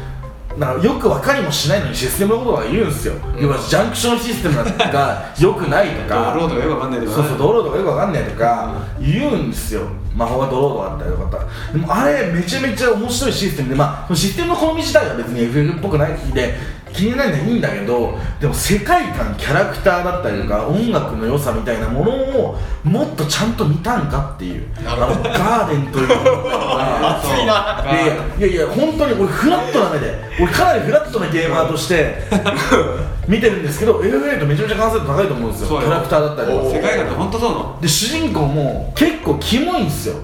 [SPEAKER 3] なんかよく分かりもしないのにシステムのことが言うんですよ、要はジャンクションシステムなんかが良くないと
[SPEAKER 2] ド
[SPEAKER 3] か
[SPEAKER 2] ロードがよくわかんないけど
[SPEAKER 3] そうそうドローとかよくわかんないとか言うんですよ魔法がドローとかあったりとかでもあれめちゃめちゃ面白いシステムでまあそのシステムの好み自体は別に FF っぽくないで気になるのはいいんだけどでも世界観キャラクターだったりとか音楽の良さみたいなものをもっとちゃんと見たんかっていうあのガーデンというものが
[SPEAKER 1] 熱いな
[SPEAKER 3] やい
[SPEAKER 1] い
[SPEAKER 3] やいやいや本当に俺フラットな目で俺かなりフラットなゲーマーとして見てるんですけど FF8 めちゃめちゃ完成度高いと思うんですよキ
[SPEAKER 2] そうよ
[SPEAKER 3] ャラクターだったりとか
[SPEAKER 2] 世界観って本当そうなの
[SPEAKER 3] で主人公も結構キモいんですよ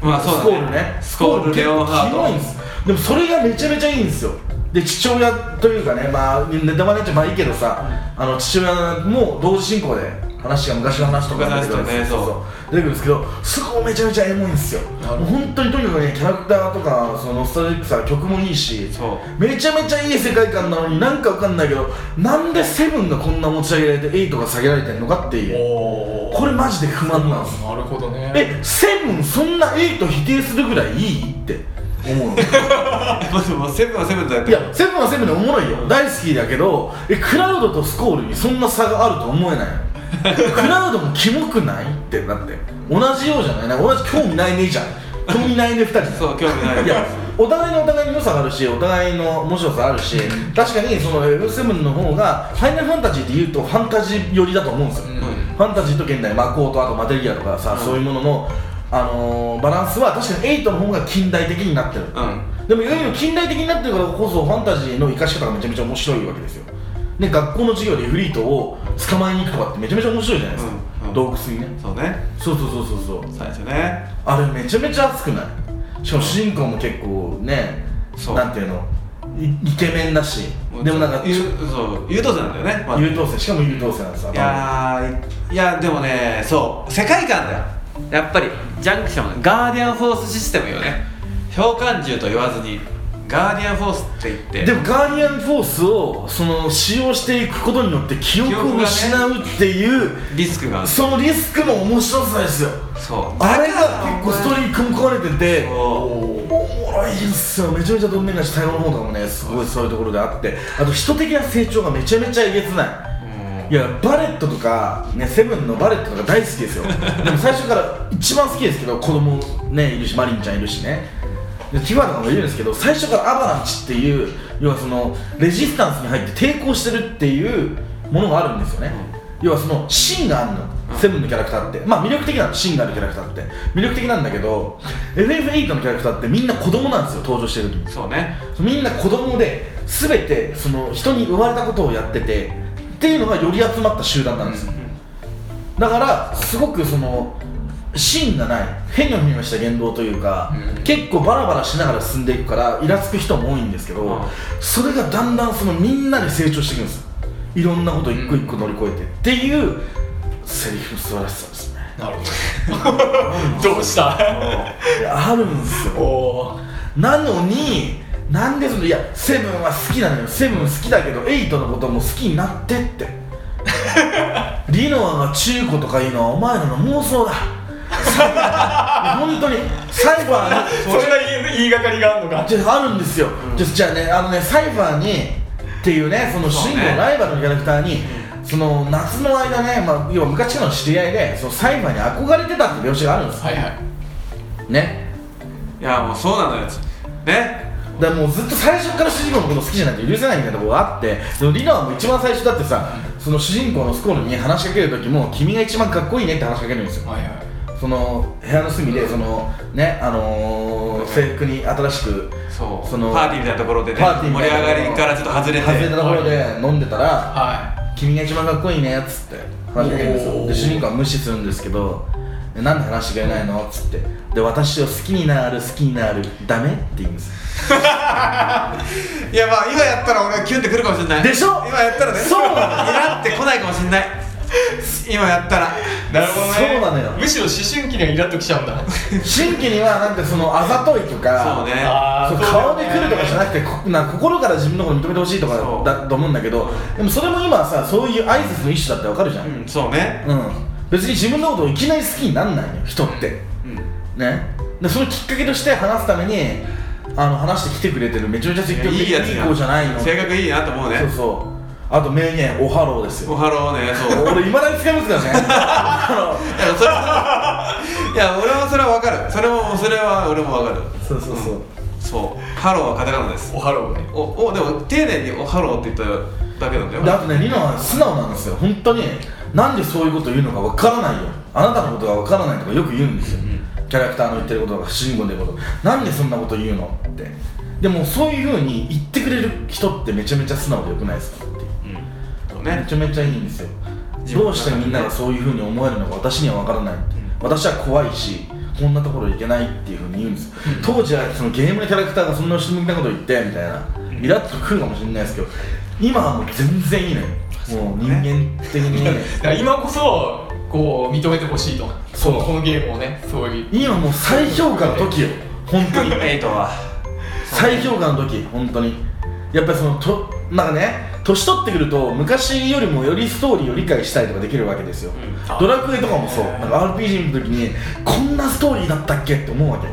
[SPEAKER 2] まあそう
[SPEAKER 3] スコー
[SPEAKER 2] だ
[SPEAKER 3] ルね
[SPEAKER 2] スコールレオンハー
[SPEAKER 3] スコール結構キモいん
[SPEAKER 2] ト
[SPEAKER 3] ですでもそれがめちゃめちゃいいんですよで父親というかねまあネタバレになっちゃまあいいけどさあの父親も同時進行で話が昔の話とかが出てくるんです
[SPEAKER 2] 昔の話とねそう
[SPEAKER 3] 出てくるんですけどそこもめちゃめちゃエモいんですよ
[SPEAKER 1] るほど
[SPEAKER 3] もう本当にとにかくねキャラクターとかそのノスタルジックさ曲もいいし
[SPEAKER 2] そう
[SPEAKER 3] めちゃめちゃいい世界観なのになんかわかんないけどなんでセブンがこんな持ち上げられてエイトが下げられてんのかっていう
[SPEAKER 1] お
[SPEAKER 3] これマジで不満なんです
[SPEAKER 1] なるほどね
[SPEAKER 3] えセブンそんなエイト否定するぐらいいいって思うのい
[SPEAKER 2] まあでもセブンはセブンとやってる
[SPEAKER 3] やセブンはセブンでおもろいよ大好きだけどえクラウドとスコールにそんな差があると思えないのクラウドもキモくないってなって同じようじゃないなんか同じ興味ないねじゃん興味ないね2人じゃん
[SPEAKER 2] そう興味ない
[SPEAKER 3] いやお互いのお互いに良さがあるしお互いの面白さあるし確かにその F7 の方が「ファイナルファンタジー」って言うとファンタジー寄りだと思うんですよ、
[SPEAKER 1] うん
[SPEAKER 3] ファンタジーと現代魔法とあとマテリアとかさ、そういうものの、あのーバランスは確かに8の方が近代的になってる、
[SPEAKER 2] う
[SPEAKER 3] でもいわゆる近代的になってるからこそファンタジーの生かし方がめちゃめちゃ面白いわけですよで学校の授業でフリートを捕まえに行くとかってめちゃめちゃ面白いじゃないですか、
[SPEAKER 2] うんうん
[SPEAKER 3] 洞窟にね
[SPEAKER 2] そうね
[SPEAKER 3] そうそうそうそうそう
[SPEAKER 2] 最初ね
[SPEAKER 3] あれめちゃめちゃ熱くないしかも主人公も結構ね
[SPEAKER 2] そう
[SPEAKER 3] なんていうのいイケメンだしでもなんか
[SPEAKER 2] 優
[SPEAKER 3] 優
[SPEAKER 2] そう優等生なんだよねまあ
[SPEAKER 3] 等生しかも優等生なんですよ
[SPEAKER 2] いやーいやでもねそう世界観だよやっぱりジャンクションガーディアンフォースシステムよね召喚獣と言わずにガーディアンフォースって言って
[SPEAKER 3] でもガーディアンフォースをその使用していくことによって記憶を失うっていう、
[SPEAKER 2] リスクがある
[SPEAKER 3] そのリスクの面白さですよ
[SPEAKER 2] そう
[SPEAKER 3] あれが結構ストーリー組み込まれてて
[SPEAKER 2] そう
[SPEAKER 3] おもろいんすよめちゃめちゃどんめんだし対応の方とかもねすごいそういうところであってあと人的な成長がめちゃめちゃえげつないいやバレットとか、ね、セブンのバレットとか大好きですよでも最初から一番好きですけど子供ねいるしマリンちゃんいるしねでティファとかもいるんですけど最初からアバランチっていう要はそのレジスタンスに入って抵抗してるっていうものがあるんですよね、要はその芯があるのセブンのキャラクターってまあ魅力的なの芯があるキャラクターって魅力的なんだけど FF8 のキャラクターってみんな子供なんですよ登場してる時
[SPEAKER 2] そうね
[SPEAKER 3] みんな子供で全てその人に生まれたことをやっててっていうのがより集まった集団なんですよ、だからすごくその芯がない変にょへにょした言動というか、結構バラバラしながら進んでいくからイラつく人も多いんですけど、
[SPEAKER 2] うん
[SPEAKER 3] それがだんだんそのみんなで成長していくんですよいろんなこと一個一個乗り越えて、っていうセリフの素晴らしさですね
[SPEAKER 1] なるほど どうした
[SPEAKER 3] いやあるんですよ
[SPEAKER 1] おお
[SPEAKER 3] なのになんでそのいやセブンは好きなのよセブン好きだけどエイトのことも好きになってって リノアが中古とかいうのはお前らの妄想 だ最後本当に最後は
[SPEAKER 1] それが言い言いがかりがあるのか
[SPEAKER 3] じゃああるんですよ、じゃあじゃあねあのねサイファーにっていうねその主人公
[SPEAKER 2] そうね
[SPEAKER 3] のライバルのキャラクターにその夏の間ね、まあ、要は昔からの知り合いでそのサイファーに憧れてたって描写があるんです
[SPEAKER 1] はいはい
[SPEAKER 3] ね
[SPEAKER 2] いやもうそうなのよね
[SPEAKER 3] だからもうずっと最初から主人公のこと好きじゃないと許せないみたいなところがあってでもリナはもう一番最初だってさその主人公のスコールに話しかける時も君が一番かっこいいねって話しかけるんですよ
[SPEAKER 1] はいはい
[SPEAKER 3] その部屋の隅でそのねあのー制服に新しく
[SPEAKER 2] そう
[SPEAKER 3] その
[SPEAKER 2] パーティーみたいなところでね
[SPEAKER 3] パーティーみ
[SPEAKER 2] 盛
[SPEAKER 3] た
[SPEAKER 2] り
[SPEAKER 3] いな
[SPEAKER 2] 上がりからちょっと外れて
[SPEAKER 3] 外れたところで飲んでたら
[SPEAKER 1] は
[SPEAKER 3] 「君が一番かっこいいね」っつって話しかけるんです
[SPEAKER 1] お
[SPEAKER 3] よ
[SPEAKER 1] ー
[SPEAKER 3] で主人公は無視するんですけど「でなんで話してくれないの?」っつって「で私を好きになる好きになるダメ?」って言うんですよ
[SPEAKER 2] いやまあ今やったら俺はキュンってくるかもしれない
[SPEAKER 3] でしょ
[SPEAKER 2] 今やったらね
[SPEAKER 3] そうなの
[SPEAKER 2] なってこないかもしれない今やったら
[SPEAKER 1] いなるほどね
[SPEAKER 3] そうなのよ
[SPEAKER 1] むしろ思春期にはイラっときちゃうんだ
[SPEAKER 3] 新規にはなんかそのあざといとか
[SPEAKER 2] そうね
[SPEAKER 1] あ
[SPEAKER 3] そう
[SPEAKER 1] ー
[SPEAKER 3] 顔で来るとかじゃなくてこなんか心から自分のこと認めてほしいとか
[SPEAKER 2] そう
[SPEAKER 3] だと思うんだけどでもそれも今はさそういう挨拶の一種だってわかるじゃん、
[SPEAKER 2] うんそうね
[SPEAKER 3] うん、別に自分のことをいきなり好きになんないのよ人って
[SPEAKER 2] うん
[SPEAKER 3] ねでそのきっかけとして話すためにあの話してきてくれてるめちゃめちゃ積極的
[SPEAKER 2] いいやつ
[SPEAKER 3] いい子じゃないの
[SPEAKER 2] 性格いいなと思うね
[SPEAKER 3] そうそうあと名言おはろうですよ
[SPEAKER 2] おはろうねそう
[SPEAKER 3] 俺いまだに使いますからねあ
[SPEAKER 2] いやそ れはいや俺もそれは分かるそれもそれは俺も分かる
[SPEAKER 3] のそうそうそう、
[SPEAKER 2] そうハローはカタカナです
[SPEAKER 1] おはろうね
[SPEAKER 2] おおでも丁寧におハローって言っただけなんだよ
[SPEAKER 3] であとねリナは素直なんですよ本当になんでそういうこと言うのかわからないよあなたのことがわからないとかよく言うんですよ、キャラクターの言ってることとか主人公の言ってることなんでそんなこと言うのってでもそういうふうに言ってくれる人ってめちゃめちゃ素直でよくないですかっていう
[SPEAKER 2] うんそう
[SPEAKER 3] め
[SPEAKER 2] ね
[SPEAKER 3] ちゃめちゃいいんですよ
[SPEAKER 2] 自分
[SPEAKER 3] ど
[SPEAKER 2] の中でね
[SPEAKER 3] うしてみんながそういうふうに思えるのか私には分からないって、私は怖いしこんなところ行けないっていうふうに言うんですよ、当時はそのゲームのキャラクターがそんな後ろ向きなこと言ってみたいなイラッとくるかもしれないですけど今はもう全然いいのよもう人間的に ね
[SPEAKER 1] だから今こそこう認めてほしいと
[SPEAKER 3] そう
[SPEAKER 1] このゲームをねそういう
[SPEAKER 3] 今もう最評価の時よ本当に
[SPEAKER 2] エイトは
[SPEAKER 3] 最評価の時本当にやっぱりそのとなんかね年取ってくると昔よりもよりストーリーを理解したりとかできるわけですよ、
[SPEAKER 2] ん
[SPEAKER 3] ドラクエとかもそうなんか RPG 見た時にこんなストーリーだったっけって思うわけ、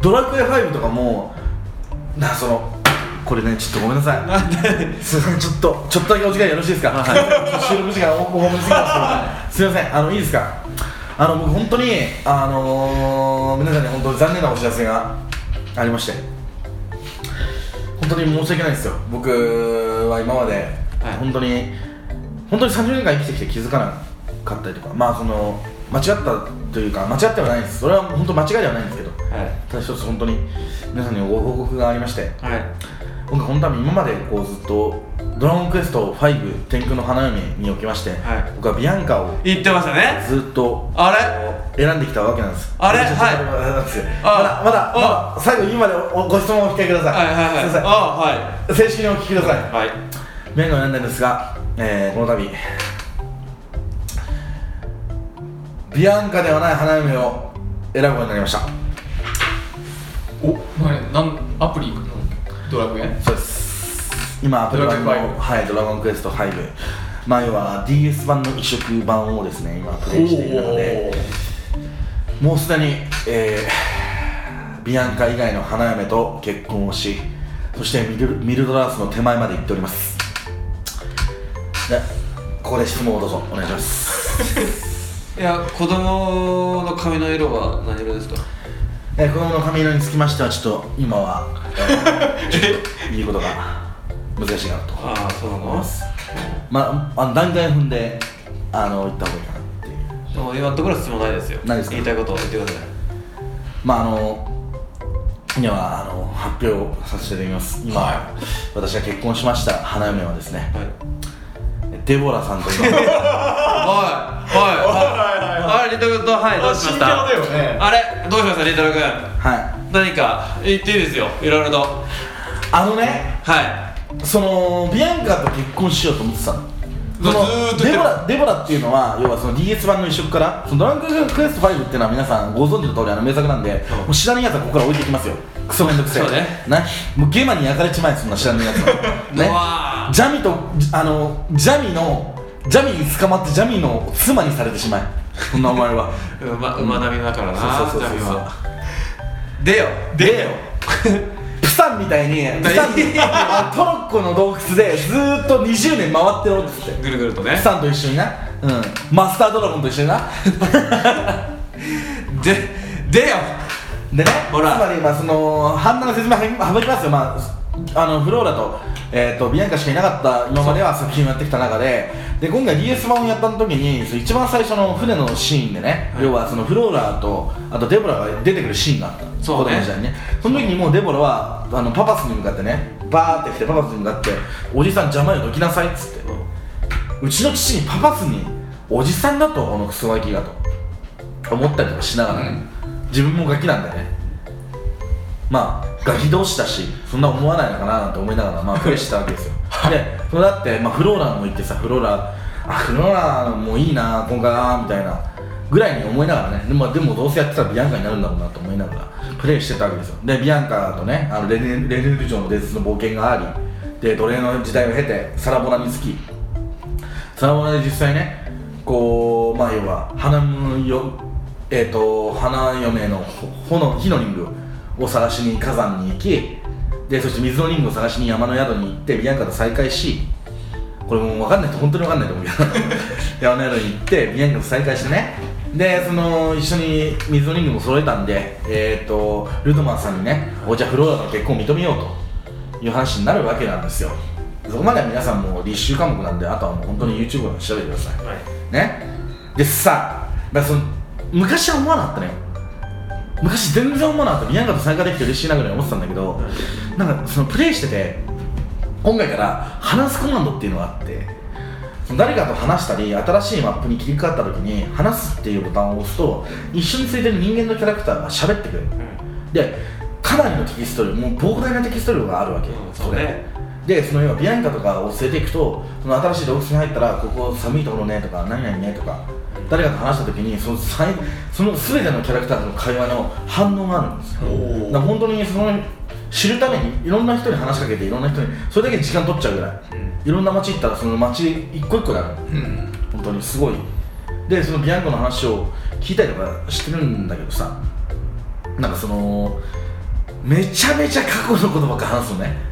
[SPEAKER 3] ドラクエ5とかもなそのこれねちょっとごめんなさいすいませんちょっとちょっとだけお時間よろしいですか、収録時間おお褒めすぎますけどすいませんあのいいですかあの僕本当にあのー、皆さんに本当に残念なお知らせがありまして本当に申し訳ないですよ僕は今まで、
[SPEAKER 2] はい
[SPEAKER 3] 本当に本当に30年間生きてきて気づかなかったりとかまあその間違ったというか間違ってはないですそれは本当間違いではないんですけど
[SPEAKER 2] は
[SPEAKER 3] ただ一つ本当に皆さんにご報告がありまして
[SPEAKER 2] いはい
[SPEAKER 3] 僕この度今までこうずっと「ドラゴンクエスト5天空の花嫁」におきまして、
[SPEAKER 2] い
[SPEAKER 3] 僕はビアンカを
[SPEAKER 2] 言ってましたね
[SPEAKER 3] ずっと
[SPEAKER 2] あれ
[SPEAKER 3] 選んできたわけなんです
[SPEAKER 2] あれ
[SPEAKER 3] めちゃくちゃ
[SPEAKER 2] はい
[SPEAKER 3] ま
[SPEAKER 2] あ
[SPEAKER 3] だまだまだ
[SPEAKER 2] あ
[SPEAKER 3] 最後に今までおご質問をお控えください、
[SPEAKER 2] はいはいはい
[SPEAKER 3] すいません
[SPEAKER 2] あ
[SPEAKER 3] 正式にお聞きください
[SPEAKER 2] はいはい
[SPEAKER 3] メンを選んだんですが、えーこの度ビアンカではない花嫁を選ぶことになりました
[SPEAKER 1] お何なんアプリのドラクエ
[SPEAKER 3] そうです今アプリ版の
[SPEAKER 1] ドラゴンクエスト
[SPEAKER 3] はい、ドラゴンクエスト5まあ要は DS 版の移植版をですね今プレイしているのでもうすでに、えービアンカ以外の花嫁と結婚をしそしてミルミルドラースの手前まで行っておりますでここで質問をどうぞお願いします
[SPEAKER 2] いや子供の髪の色は何色ですか
[SPEAKER 3] えー子供の髪色につきましてはちょっと今は、 えーちょっと言うことが難しいかなと
[SPEAKER 2] ああそうな
[SPEAKER 3] 思い
[SPEAKER 2] の
[SPEAKER 3] ますまああの段階踏んであの行った方がいいかなっていう
[SPEAKER 2] でも今のところ質問ないですよ
[SPEAKER 3] ないですか
[SPEAKER 2] 言いたいことを言ってください
[SPEAKER 3] まああのではあの発表させていただきます今、
[SPEAKER 1] は
[SPEAKER 3] 私が結婚しました花嫁はですね
[SPEAKER 2] はい
[SPEAKER 3] デボラさんという
[SPEAKER 2] はいはいはいはいリトル君とはいどうしました
[SPEAKER 1] あ信教だよね
[SPEAKER 2] あれどうしましたリトル君
[SPEAKER 3] はい
[SPEAKER 2] 何か言っていいですよいろいろと
[SPEAKER 3] あのね
[SPEAKER 2] は
[SPEAKER 3] そのビアンカと結婚しようと思ってたの
[SPEAKER 2] ず
[SPEAKER 3] その
[SPEAKER 2] ーっと言ってる
[SPEAKER 3] デボラデボラっていうのは要はその DS 版の移植からそのドランククエスト5っていうのは皆さんご存知の通りあの名作なんで、
[SPEAKER 2] うん
[SPEAKER 3] もう知らないやつはここから置いていきますよクソめんどくせえ
[SPEAKER 2] そうね
[SPEAKER 3] なもうゲマに焼かれちまえそんな知らないやつはね
[SPEAKER 2] うわー
[SPEAKER 3] ジャミとあのジャミのジャミに捕まってジャミの妻にされてしまえそんなお前 は
[SPEAKER 2] い馬馬並みだからな
[SPEAKER 3] そうそうそうそう
[SPEAKER 2] 波はでよ
[SPEAKER 3] でプサンみたいにプサンあトロッコの洞窟でずーっと20年回ってろっつって
[SPEAKER 2] ぐるぐると
[SPEAKER 3] プ
[SPEAKER 2] ね
[SPEAKER 3] サンと一緒にな、うん、マスタードラゴンと一緒にな
[SPEAKER 2] ででよ
[SPEAKER 3] でね、
[SPEAKER 2] ほら
[SPEAKER 3] つまり、まあ、その、判断の説明は省きますよ、まあ、あのフローラと,、えー、とビアンカしかいなかった今までは作品をやってきた中でで今回 DS 版をやった時にその一番最初の船のシーンでね、要はそのフローラとあとデボラが出てくるシーンがあった
[SPEAKER 2] そうね
[SPEAKER 3] 子供時代にねその時にもうデボラはあのパパスに向かってねバーって来てパパスに向かって「おじさん邪魔よどきなさい」っつってうちの父にパパスにおじさんだとこのクソガキがと思ったりとかしながらね、自分もガキなんでねまあガキ同士だしそんな思わないのかななんて思いながらまあプレイしてたわけですよでそれだって、まあ、フローラも行ってさフローラあフローラもいいな今回はみたいなぐらいに思いながらねで,、まあ、でもどうせやってたらビアンカになるんだろうなと思いながらプレイしてたわけですよでビアンカとねあのレネレネル城の伝説の冒険がありで奴隷の時代を経てサラボナにつきサラモナで実際ねこうまあ要は花よえっ、と花嫁のほ炎火のリングを探しに火山に行きでそして水のリングを探しに山の宿に行ってビアンカと再会しこれもう分かんないと本当に分かんないと思うけど山の宿に行ってビアンカと再会してねでその一緒に水のリングも揃えたんで、えっとルドマンさんにねおじゃフローラの結婚を認めようという話になるわけなんですよそこまでは皆さんもう立秋科目なんであとはもう本当に YouTube なんで調べてください、
[SPEAKER 2] はい
[SPEAKER 3] ねでさだからその昔は思わなかったね昔全然思わなかった宮川と参加できて嬉しいなぐらい思ってたんだけど、なんかそのプレイしてて今回から話すコマンドっていうのがあってその誰かと話したり新しいマップに切り替わった時に話すっていうボタンを押すと一緒についてる人間のキャラクターが喋ってくれる、でかなりのテキスト量もう膨大なテキスト量があるわけ、
[SPEAKER 2] うんそうね
[SPEAKER 3] でその要はビアンカとかを連れていくとその新しい洞窟に入ったらここ寒いところねとか何々ねとか誰かと話した時にその最その全てのキャラクターとの会話の反応があるんですよだから本当にその知るためにいろんな人に話しかけていろんな人にそれだけ時間取っちゃうぐらい、いろんな街行ったらその街一個一個である
[SPEAKER 1] うん
[SPEAKER 3] 本当にすごいでそのビアンコの話を聞いたりとかしてるんだけどさなんかそのめちゃめちゃ過去のことばっか話すのね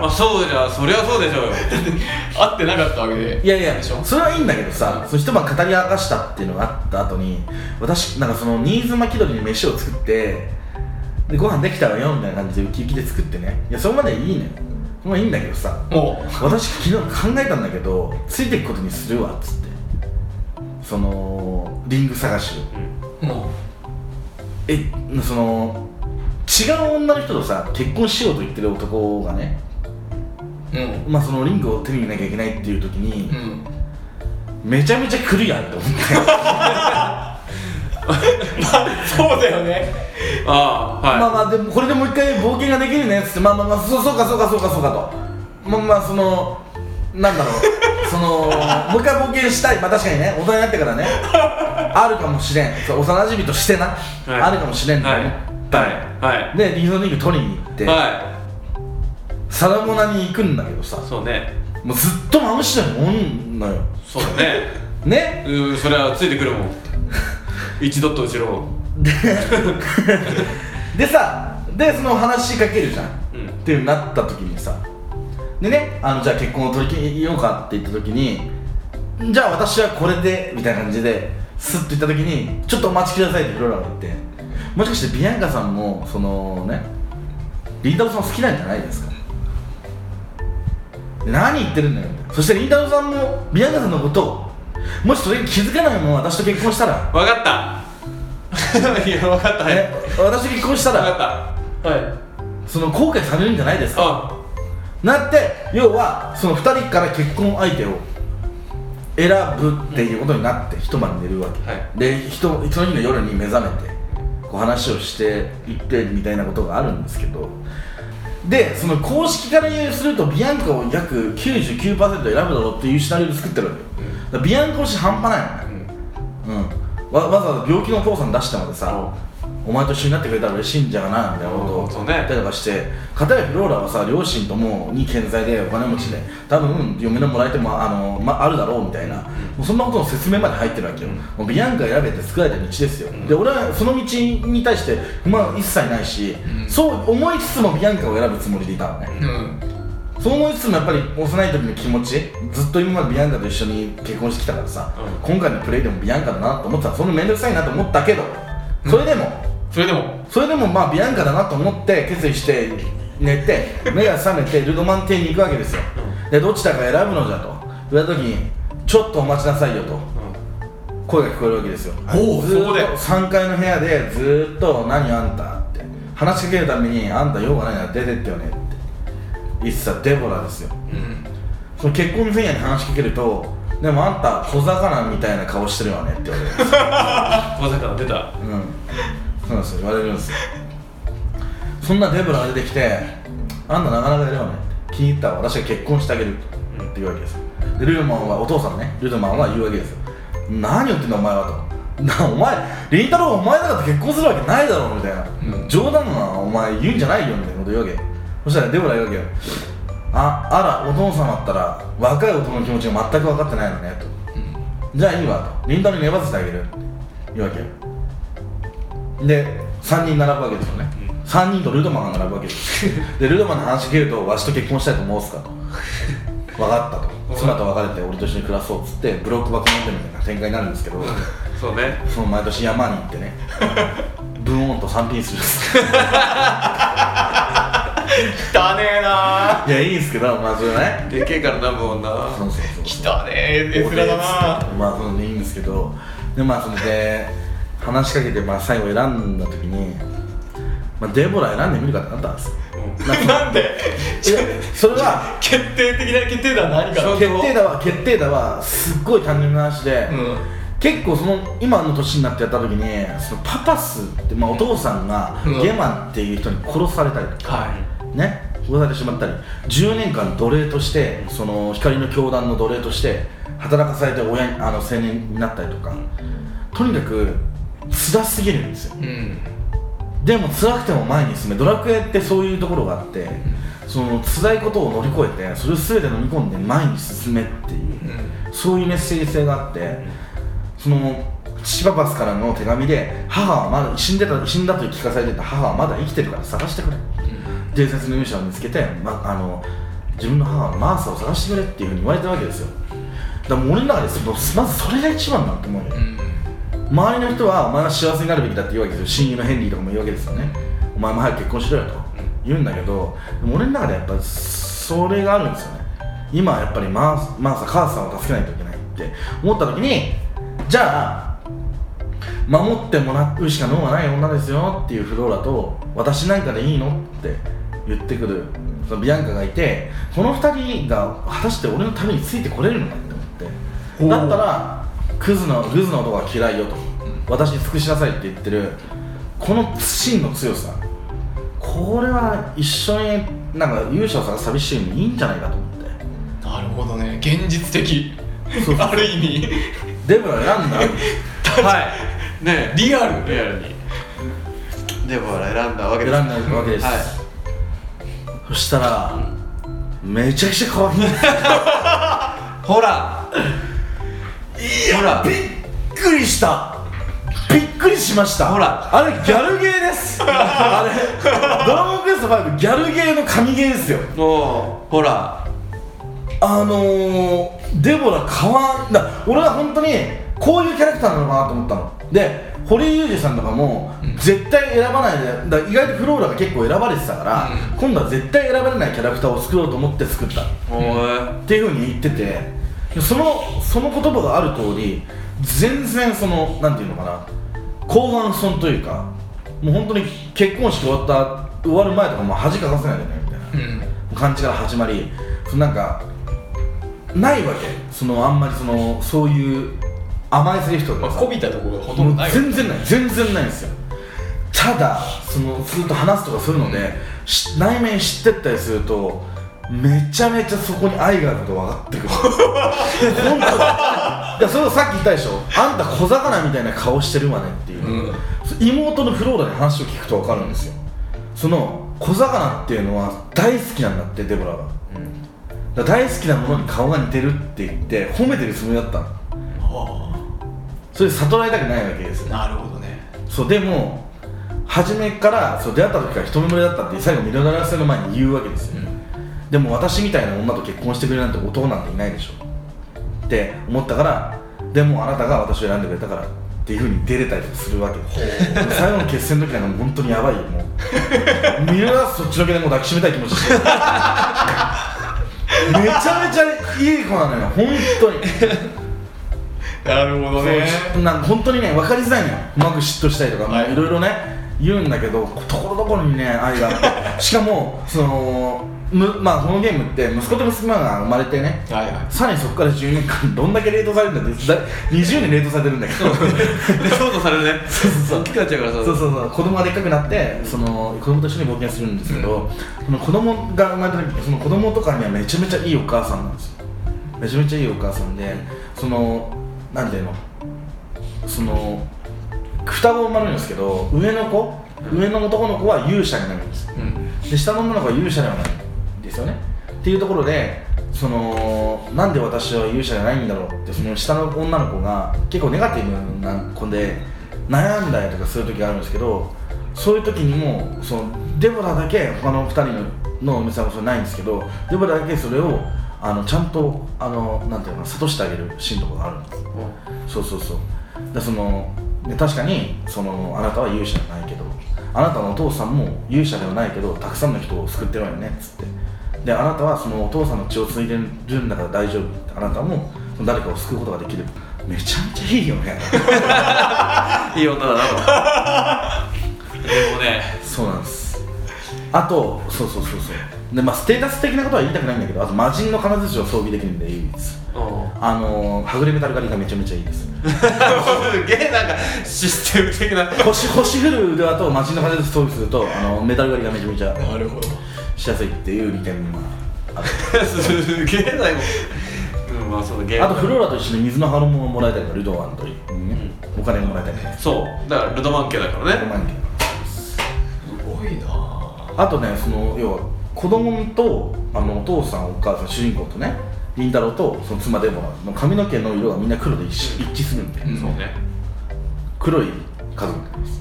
[SPEAKER 2] まあそうじゃそりゃそうでしょうよ
[SPEAKER 1] 会ってなかったわけで
[SPEAKER 3] いやいや
[SPEAKER 1] でしょ
[SPEAKER 3] それはいいんだけどさ、その一晩語り明かしたっていうのがあった後に私なんかその新妻気取りに飯を作ってでご飯できたわよみたいな感じでウキウキで作ってねいやそれまでいいのよそれまでいいんだけどさ
[SPEAKER 1] も
[SPEAKER 3] 私昨日考えたんだけどついていくことにするわっつってそのリング探しを
[SPEAKER 1] うも
[SPEAKER 3] えその違う女の人とさ結婚しようと言ってる男がね
[SPEAKER 1] ううん
[SPEAKER 3] まあそのリングを手に入れなきゃいけないっていう時に、
[SPEAKER 1] うん
[SPEAKER 3] めちゃめちゃ来るやんって思って
[SPEAKER 1] そうだよね
[SPEAKER 2] ああはい、
[SPEAKER 3] まあまあでもこれでもう一回冒険ができるねっつってまあまあまあそうそうかそうかそうかそうかとまあまあそのなん だろうそのもう一回冒険したいまあ確かにね大人になってからねあるかもしれんそう幼馴染としてな、
[SPEAKER 2] はい
[SPEAKER 3] あるかもしれんと思
[SPEAKER 2] はい
[SPEAKER 3] ったのよ
[SPEAKER 2] は
[SPEAKER 3] でリードリング取りに行っ
[SPEAKER 2] い
[SPEAKER 3] て、
[SPEAKER 2] は
[SPEAKER 3] サラモナに行くんだけどさ
[SPEAKER 2] いそうね
[SPEAKER 3] もうずっと真後ろにおんのよ
[SPEAKER 2] そうだね
[SPEAKER 3] ね
[SPEAKER 2] うんそれはついてくる もん一度と後ろを
[SPEAKER 3] でさでその話しかけるじゃん、
[SPEAKER 2] うん
[SPEAKER 3] っていうになった時にさでねあのじゃあ結婚を取り切りようかって言った時にじゃあ私はこれでみたいな感じでスッと言った時にちょっとお待ちくださいってフローラが言ってもしかしてビアンカさんもそのねリンダロさん好きなんじゃないですかで何言ってるんだよそしてリンダロさんもビアンカさんのことをもしそれに気づかないまま私と結婚したら、
[SPEAKER 2] わかった いやわかったはい
[SPEAKER 3] ね
[SPEAKER 2] わ
[SPEAKER 3] 私と結婚したら
[SPEAKER 2] かったはい
[SPEAKER 3] その後悔されるんじゃないですか
[SPEAKER 2] あ
[SPEAKER 3] なって要はその2人から結婚相手を選ぶっていうことになって一晩寝るわけ、
[SPEAKER 2] はい
[SPEAKER 3] でひとその日の夜に目覚めてこう話をしていってみたいなことがあるんですけどでその公式から言うするとビアンコを約99%選ぶだろうっていうシナリオで作ってるわけよ、だからビアンコのし半端ないのね、うん、わわざわざ病気のお父さん出してまでさ、お前と一緒になってくれたら嬉しいんじゃないみたいなこと
[SPEAKER 2] う
[SPEAKER 3] を
[SPEAKER 2] んそうね
[SPEAKER 3] 言ったりとかして片やフローラはさ両親ともに健在でお金持ちで多分嫁のもらえてもあの、まあるだろうみたいな、もうそんなことの説明まで入ってるわけよ、もうビアンカ選べて作られた道ですよ、で俺はその道に対してまあ一切ないし、そう思いつつもビアンカを選ぶつもりでいたのね、
[SPEAKER 1] うん
[SPEAKER 3] そう思いつつもやっぱり幼い時の気持ちずっと今までビアンカと一緒に結婚してきたからさ、
[SPEAKER 2] う
[SPEAKER 3] 今回のプレイでもビアンカだなと思ってたその面倒くさいなと思ったけどそれでも、
[SPEAKER 1] それでも
[SPEAKER 3] それでもまあビアンカだなと思って決意して寝て目が覚めてルドマン邸に行くわけですよでどちらか選ぶのじゃと言った時にちょっとお待ちなさいよと声が聞こえるわけですよ
[SPEAKER 1] おお
[SPEAKER 3] ずーっと
[SPEAKER 1] そこで
[SPEAKER 3] 3階の部屋でずーっと「何あんた」って話しかけるために「あんた用がないなら出てってよね」って言ってたデボラですよ
[SPEAKER 1] うん
[SPEAKER 3] その結婚前夜に話しかけると「でもあんた小魚みたいな顔してるよね」って言われるんですよ
[SPEAKER 2] 小魚出た
[SPEAKER 3] うんそうなんですよ言われるんですよそんなデブラが出てきて「あんたなかなかやるよね」って気に入ったわ私が結婚してあげるって言うわけですよでルドマンはお父さんねルドマンは言うわけですよ何言ってんだお前はとなお前凛太郎お前だからって結婚するわけないだろみたいな、冗談なお前言うんじゃないよみたいなこと言うわけそしたらデブラ言うわけよああらお父様ったら若い男の気持ちが全く分かってないのねと、じゃあいいわと凛太郎に粘らせてあげる言うわけよで3人並ぶわけですよね、3人とルドマンが並ぶわけですよでルドマンの話聞けるとわしと結婚したいと思うっすかと分かったと妻と別れて俺と一緒に暮らそうっつってブロックバックモンテンみたいな展開になるんですけど
[SPEAKER 2] そうね
[SPEAKER 3] その毎年山に行ってねブーンオンと3ピンするんです
[SPEAKER 1] 汚ねえない
[SPEAKER 3] やいいんすけどまあそれはね
[SPEAKER 2] でけえからなぶ女
[SPEAKER 3] そうそうそう
[SPEAKER 1] 汚ねえ絵面だな
[SPEAKER 3] まあそのでいいんですけどでまあそので話しかけてまあ最後選んだ時に、まあ、デボラ選んでみるかってなったんですよ
[SPEAKER 1] なんで
[SPEAKER 3] いやそれは
[SPEAKER 1] 決定的な決定打は何か
[SPEAKER 2] そう
[SPEAKER 3] 決定打は決定打はすっごい単純な話で、
[SPEAKER 1] うん
[SPEAKER 3] 結構その今の年になってやった時にそのパパスって、まあ、お父さんが
[SPEAKER 1] うん
[SPEAKER 3] ゲマンっていう人に殺されたりとか、
[SPEAKER 1] は
[SPEAKER 3] ね殺されてしまったり10年間奴隷としてその光の教団の奴隷として働かされて親にあの青年になったりとかとにかく辛すぎるんですよ
[SPEAKER 1] いうん
[SPEAKER 3] でも辛くても前に進めドラクエってそういうところがあってその辛いことを乗り越えてそれを全て飲み込んで前に進めっていうそういうメッセージ性があってその父パパスからの手紙で母はまだ死んでた死んだと聞かされてた母はまだ生きてるから探してくれ伝説の勇者を見つけて、ま、あの自分の母のマーサを探してくれっていうふうに言われたわけですよだからもう俺の中でそのまずそれが一番だと思うよ、
[SPEAKER 1] うん
[SPEAKER 3] 周りの人はお前は幸せになるべきだって言うわけですよ親友のヘンリーとかも言うわけですよねお前も早く結婚しろよと言うんだけどでも俺の中でやっぱそれがあるんですよね今はやっぱりマーマーサ母さんを助けないといけないって思った時にじゃあ守ってもらうしか能がない女ですよっていうフローラと私なんかでいいのって言ってくるそのビアンカがいてこの2人が果たして俺のためについてこれるのかって
[SPEAKER 1] お
[SPEAKER 3] 思
[SPEAKER 1] う
[SPEAKER 3] ってだったらクズのグズの男は嫌いよと、私に尽くしなさいって言ってるこの真の強さこれは一緒になんか勇者を探す寂しいのにいいんじゃないかと思って
[SPEAKER 1] なるほどね現実的
[SPEAKER 3] そう
[SPEAKER 1] ある意味
[SPEAKER 3] デブラ選んだ
[SPEAKER 2] はいね
[SPEAKER 1] リアル
[SPEAKER 2] リアルにでもほら選んだわけ
[SPEAKER 3] 選
[SPEAKER 2] で
[SPEAKER 3] ん
[SPEAKER 2] す
[SPEAKER 3] だわけです、
[SPEAKER 2] はい
[SPEAKER 3] そしたらめちゃくちゃ可愛い
[SPEAKER 2] ほらほら
[SPEAKER 3] びっくりしたびっくりしました
[SPEAKER 2] ほら
[SPEAKER 3] あれギャルゲーですあれドラゴンクエスト5ギャルゲーの神ゲーですよ
[SPEAKER 2] おーほら
[SPEAKER 3] あのー、デボラかわんだ俺は本当にこういうキャラクターなのかなと思ったので堀井雄二さんとかも絶対選ばないでだ意外とフローラが結構選ばれてたから、今度は絶対選ばれないキャラクターを作ろうと思って作った
[SPEAKER 2] おー
[SPEAKER 3] っていうふうに言っててそのその言葉がある通り全然そのなんていうのかな後半損というかもう本当に結婚式終わった終わる前とかもう恥かかせないでねみたいな
[SPEAKER 1] うん
[SPEAKER 3] 感じから始まりそのなんかないわけそのあんまりそのそういう甘いセリフと
[SPEAKER 1] ま
[SPEAKER 3] か
[SPEAKER 1] あ
[SPEAKER 3] さ
[SPEAKER 1] こびたところがほとんどない
[SPEAKER 3] もう全然ない全然ないんですよただそのずっと話すとかするので、し内面知ってったりするとめちゃめちゃそこに愛があること分か ってくる本当だいやそれをさっき言ったでしょあんた小魚みたいな顔してるわねっていう、
[SPEAKER 1] うん
[SPEAKER 3] 妹のフローラに話を聞くと分かるんですよその小魚っていうのは大好きなんだってデボラが、だから大好きなものに顔が似てるって言って褒めてるつもりだったの
[SPEAKER 1] あ
[SPEAKER 3] それ悟られたくないわけですよ
[SPEAKER 1] あなるほどね
[SPEAKER 3] そうでも初めからそう出会った時から一目惚れだったって最後ミラダラスの前に言うわけですよ、でも私みたいな女と結婚してくれるなんて男なんていないでしょって思ったからでもあなたが私を選んでくれたからってっていうふうに出れたりするわけ最後の決戦の時なんかもう本当にやばいよもうみんなそっちのけでもう抱きしめたい気持ちしてるめちゃめちゃいい子なのよ本当に
[SPEAKER 1] なるほどね
[SPEAKER 3] そうなんか本当にね分かりづらいのようまく嫉妬したりとか、
[SPEAKER 1] はい
[SPEAKER 3] い、ろいろね言うんだけどところどころにね愛があって しかもそのむまあこのゲームって息子と娘が生まれてね
[SPEAKER 1] はいはい
[SPEAKER 3] さらにそこから10年間どんだけ冷凍されるんだってだ20年冷凍されてるんだけど
[SPEAKER 2] でショートされるねそうそうそう大きくなっちゃうからさ
[SPEAKER 3] そうそうそう子供がでっかくなってその子供と一緒に冒険するんですけど、その子供が生まれた時その子供とかにはめちゃめちゃいいお母さんなんですよめちゃめちゃいいお母さんでそのなんていうのその双子生まれるんですけど上の子上の男の子は勇者になるんです
[SPEAKER 1] うん
[SPEAKER 3] で下の女の子は勇者ではないんですよねっていうところでそのなんで私は勇者じゃないんだろうってその下の女の子が結構ネガティブな子で悩んだりとかする時があるんですけどそういう時にもそのデボラだけ他の2人ののお嫁さんもそれないんですけどデボラだけそれをあのちゃんとあのなんていうのかな諭してあげるシーンとかがあるんですそうそうそうでそので確かにそのあなたは勇者じゃないけどあなたのお父さんも勇者ではないけどたくさんの人を救ってるわよねっつってであなたはそのお父さんの血を継いでるんだから大丈夫ってあなたも誰かを救うことができるめちゃめちゃいいよね
[SPEAKER 2] いい女だなと でもね
[SPEAKER 3] そうなんですあとそうそうそうそうでまあステータス的なことは言いたくないんだけどあと魔人の金槌を装備できるんでいいです
[SPEAKER 2] う
[SPEAKER 3] あのー、はぐれメタル狩りがめちゃめちゃいいです
[SPEAKER 2] んすげえなんかシステム的な
[SPEAKER 3] 星星降る腕輪と魔人の金槌装備するとあのメタル狩りがめちゃめちゃ
[SPEAKER 1] なるほど
[SPEAKER 3] しやすいっていう利点もある
[SPEAKER 2] すげえなうんまあそのゲーム
[SPEAKER 3] あとフローラと一緒に水のハロモンをもらえたりとかルドワンと、ねお金もらえたりとか
[SPEAKER 2] そうだからルドマン家だからね
[SPEAKER 1] すごいな
[SPEAKER 3] あとねその要は子供とあのお父さんお母さん主人公とね凛太郎とその妻デボラの髪の毛の色がみんな黒で一致一致するんで、
[SPEAKER 1] うん
[SPEAKER 2] そうね
[SPEAKER 3] 黒い家族なんです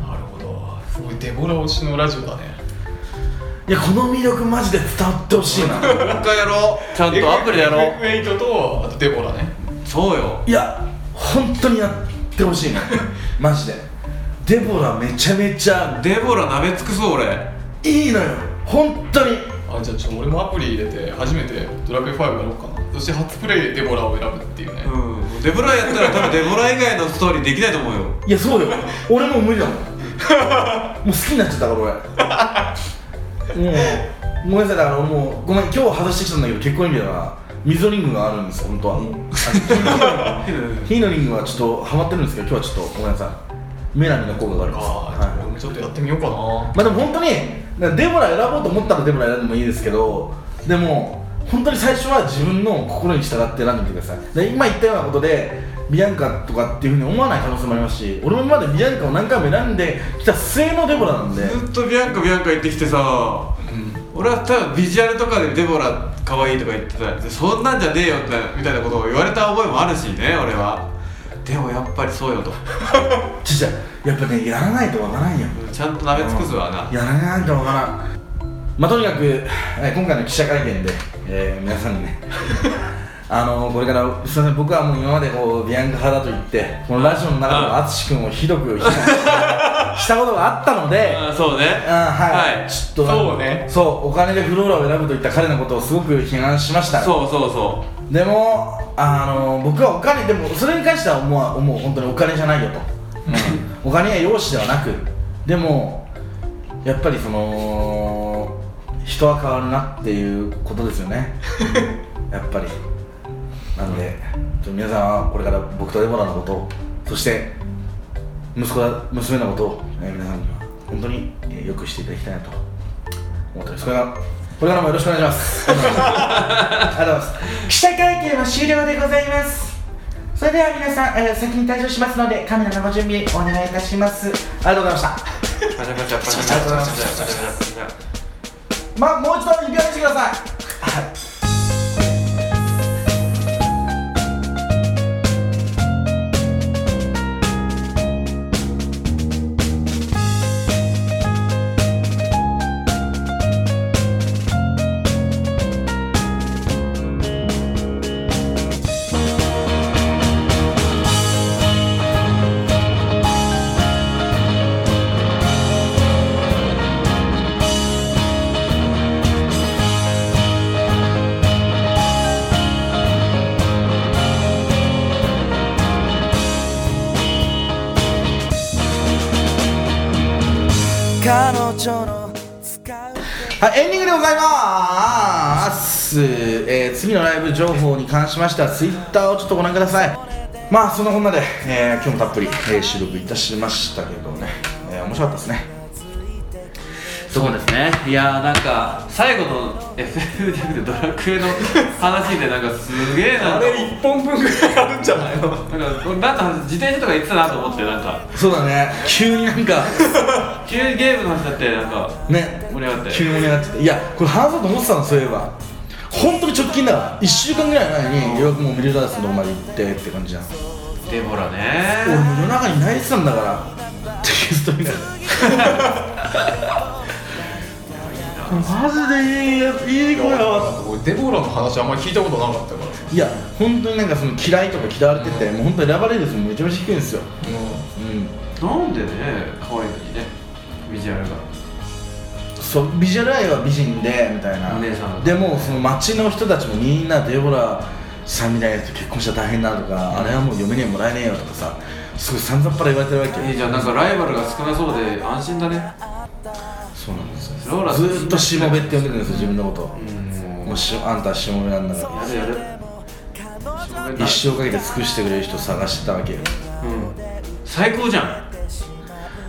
[SPEAKER 1] なるほどすごいデボラ推しのラジオだね
[SPEAKER 3] いやこの魅力マジで伝わってほしいな
[SPEAKER 2] もう一回やろうちゃんとアプリでやろう
[SPEAKER 1] 8とあとデボラね
[SPEAKER 2] そうよ
[SPEAKER 3] いや本当にやってほ しいなマジでデボラめちゃめちゃ
[SPEAKER 2] デボラ舐め尽くそう俺
[SPEAKER 3] いいのよ本当に
[SPEAKER 1] あじゃあちょっと俺もアプリ入れて初めてドラクエ5やろうかなそして初プレイでデボラを選ぶっていうね、
[SPEAKER 2] うんデボラやったら多分デボラ以外のストーリーできないと思うよ
[SPEAKER 3] いやそうよ俺もう無理だも んもう好きになっちゃったから俺もうごめんなさいだからもうごめん今日外してきたんだけど結婚指輪は水のリングがあるんですよ本当は あの火のリングはちょっとハマってるんですけど今日はちょっとごめんなさいメラミンの効果があるんです
[SPEAKER 1] ああ、
[SPEAKER 3] はい
[SPEAKER 1] 俺もちょっとやってみようかな
[SPEAKER 3] まあでも本当にだからデボラ選ぼうと思ったらデボラ選んでもいいですけどでも本当に最初は自分の心に従って選んでみてくださいで今言ったようなことでビアンカとかっていうふうに思わない可能性もありますし俺も今までビアンカを何回も選んできた末のデボラなんで
[SPEAKER 2] ずっとビアンカビアンカ言ってきてさ俺は多分ビジュアルとかでデボラ可愛いとか言ってたでそんなんじゃねえよってみたいなことを言われた覚えもあるしね俺はでもやっぱりそうよと
[SPEAKER 3] ちっちゃいやっぱねやらないとわからんよ
[SPEAKER 2] うんちゃんと舐め尽くすわな
[SPEAKER 3] やらないとわからんまあとにかく、えー今回の記者会見で、えー皆さん にねあのこれからすいません僕はもう今までこうビアンカ派だと言ってこのラジオの中でも淳君をひどく非難 したしたことがあったので、
[SPEAKER 2] うんそうね
[SPEAKER 3] うんはい、
[SPEAKER 2] はい
[SPEAKER 3] ちょっと
[SPEAKER 1] そうね
[SPEAKER 3] そうお金でフローラを選ぶといった彼のことをすごく批判しました
[SPEAKER 2] そうそうそ
[SPEAKER 3] でもあの僕はお金でもそれに関しては思う思う本当にお金じゃないよと、お金は容姿ではなくでもやっぱりその人は変わるなっていうことですよねやっぱりなんでちょ皆さんはこれから僕とデボラのことをそして息子や娘のことを、えー皆さんには本当に、えーよくしていただきたいなと思っておりますこれからこれからもよろしくお願いしますありがとうございます。記者会見は終了でございます。それでは皆さん、えー先に退場しますので、カメラのご準備お願いいたします。ありがとうございました。
[SPEAKER 2] うパチャパチャパチャパチャパチャパチャパチャ
[SPEAKER 3] まあ、もう一度指輪見せてください。
[SPEAKER 7] 「
[SPEAKER 4] 彼女の使う
[SPEAKER 3] はい、エンディングでございます、えー、次のライブ情報に関しましてはツイッターをちょっとご覧くださいまあそんなこんなで、えー、今日もたっぷり、えー収録いたしましたけどね、えー面白かったですね
[SPEAKER 2] そうですねいやーなんか最後の FF じゃなくてドラクエの話でなんかすげえな
[SPEAKER 1] あ
[SPEAKER 2] んか
[SPEAKER 1] れ1本分ぐらいあるんじゃないの
[SPEAKER 2] なんか俺なんか自転車とか言ってたなと思ってなんか
[SPEAKER 3] そうだね 急になんか
[SPEAKER 2] 急にゲームの話だってなんか
[SPEAKER 3] ね
[SPEAKER 2] 盛り上がって
[SPEAKER 3] 急に盛り上がってていやこれ話そうと思ってたのそういえば本当に直近だわ1週間ぐらい前にようやくもうミルダースの方まで行ってって感じじゃん
[SPEAKER 2] デボラ
[SPEAKER 3] 俺
[SPEAKER 2] ね
[SPEAKER 3] もう夜中に泣いてたんだからテキスト見たらマジでいいいい声だ
[SPEAKER 1] 俺デボラの話あんまり聞いたことなかったから
[SPEAKER 3] いや本当になんかその嫌いとか嫌われてて、もう本当に選ばれる率もめちゃめちゃ低いんですよ
[SPEAKER 1] う
[SPEAKER 3] うん
[SPEAKER 2] なんでね可愛いのにねビジュアルが
[SPEAKER 3] そうビジュアルアイは美人でみたいな
[SPEAKER 2] お姉さん
[SPEAKER 3] でもその街の人たちもみんなデボラさんみたいな人結婚したら大変だとか、あれはもう嫁にはもらえねえよとかさすごい散々っぱら言われてるわけよ
[SPEAKER 2] えーじゃあなんかライバルが少なそうで安心だね
[SPEAKER 3] そうなんですよ
[SPEAKER 2] ローラ
[SPEAKER 3] ずーっとしもべって呼んでくるんですよ自分のこと、
[SPEAKER 2] うん
[SPEAKER 3] も
[SPEAKER 2] も
[SPEAKER 3] う
[SPEAKER 2] う
[SPEAKER 3] しあんたはしもべなんだから
[SPEAKER 2] やるやる
[SPEAKER 3] 一生かけて尽くしてくれる人探してたわけよ
[SPEAKER 2] うん最高じゃん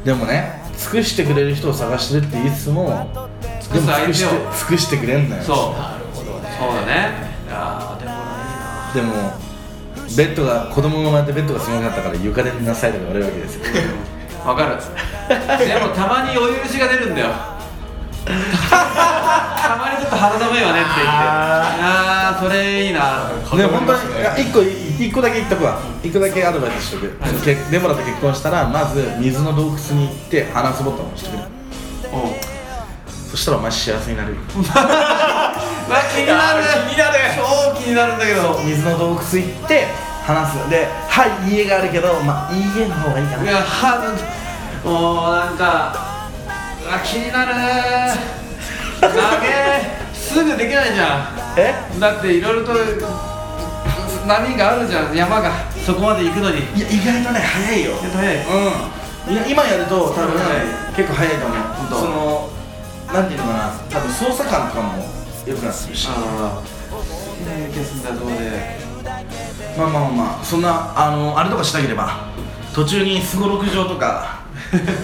[SPEAKER 3] でもね尽くしてくれる人を探してるって言いつつもでも尽くして
[SPEAKER 2] 尽くす相手を
[SPEAKER 3] 尽くしてくれんのよ
[SPEAKER 2] そう
[SPEAKER 1] なるほどね
[SPEAKER 2] そうだねああデボラ
[SPEAKER 3] でもベッドが子供が生まれてベッドがすごかったから床で寝なさいとか言われるわけですよ
[SPEAKER 2] いいなわかるでもたまにお許しが出るんだよたまにちょっと肌寒いわねって言ってああーそれいいな
[SPEAKER 1] 子供
[SPEAKER 3] で
[SPEAKER 1] い
[SPEAKER 3] も本
[SPEAKER 1] ま
[SPEAKER 3] 当
[SPEAKER 1] すね
[SPEAKER 3] にいや一個一個だけ言っとくわ一個だけアドバイスしとくけデボラと結婚したらまず水の洞窟に行って花スボタンを押してくれ
[SPEAKER 2] おう
[SPEAKER 3] そしたらお前幸せになるよ
[SPEAKER 2] うわ気になる
[SPEAKER 1] 気になる
[SPEAKER 2] 超気になるんだけど
[SPEAKER 3] 水の洞窟行って話すではい家があるけどまあいい家の方がいいか
[SPEAKER 2] い
[SPEAKER 3] な
[SPEAKER 2] やはもうなんかうわ気になる投げすぐできないじゃ
[SPEAKER 3] え
[SPEAKER 2] んだっていろいろと波があるじゃん山がそこまで行くのに
[SPEAKER 3] いや意外とね早いよ
[SPEAKER 2] 絶対
[SPEAKER 3] うんいや今やると多分結構早いと思
[SPEAKER 2] 本
[SPEAKER 3] う
[SPEAKER 2] 当
[SPEAKER 3] そのなんていうのかな多分捜査官とかも良くなってるし
[SPEAKER 2] ああねえ消すんだとこで
[SPEAKER 3] まあまあまあまあそんなあのあれとかしなければ途中にすごろく場と か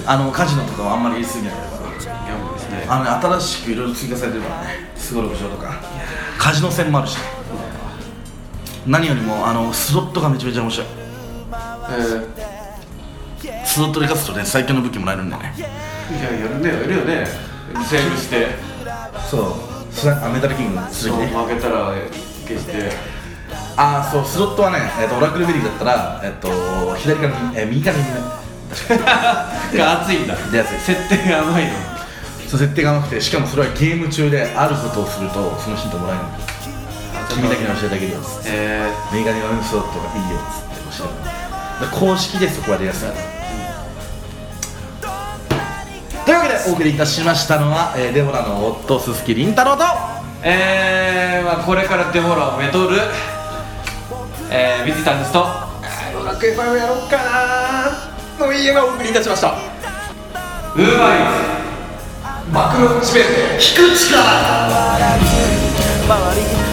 [SPEAKER 3] あのカジノとかはあんまり言い過ぎないから
[SPEAKER 2] ギャンブルですね
[SPEAKER 3] あの、ね、新しくいろいろ追加されてるからねすごろく場とかカジノ戦もあるしね何よりもあのスロットがめちゃめちゃ面白い
[SPEAKER 2] え
[SPEAKER 3] スロットで勝つとね最強の武器もらえるんだよね
[SPEAKER 2] ー、いややるねやるよねセーブして
[SPEAKER 3] そうスラあメタルキングの
[SPEAKER 2] そ
[SPEAKER 3] 鈴
[SPEAKER 2] う
[SPEAKER 3] 木ね
[SPEAKER 2] 負けたら消して
[SPEAKER 3] あーそうスロットはね、えっとオラクルベリーだったら、えっと左から右,、えー右から右
[SPEAKER 2] が熱いんだ
[SPEAKER 3] で熱い
[SPEAKER 2] 設定が甘いの
[SPEAKER 3] そう設定が甘くてしかもそれはゲーム中であることをするとそのヒントもらえるの君だけに教えてあげるよっつって
[SPEAKER 2] えー
[SPEAKER 3] メガネのスロットがいいよっつって教えて公式でそこは出やすいというわけでお送りいたしましたのは、えーデボラの夫鈴木凛太郎と
[SPEAKER 2] えー、まあこれからデモラをめとる、えー、水谷ですと
[SPEAKER 1] ドラクエ5やろっかなの EM をお送りいたしました
[SPEAKER 2] ウーバーイーツ
[SPEAKER 1] マクロチベンで
[SPEAKER 4] 回り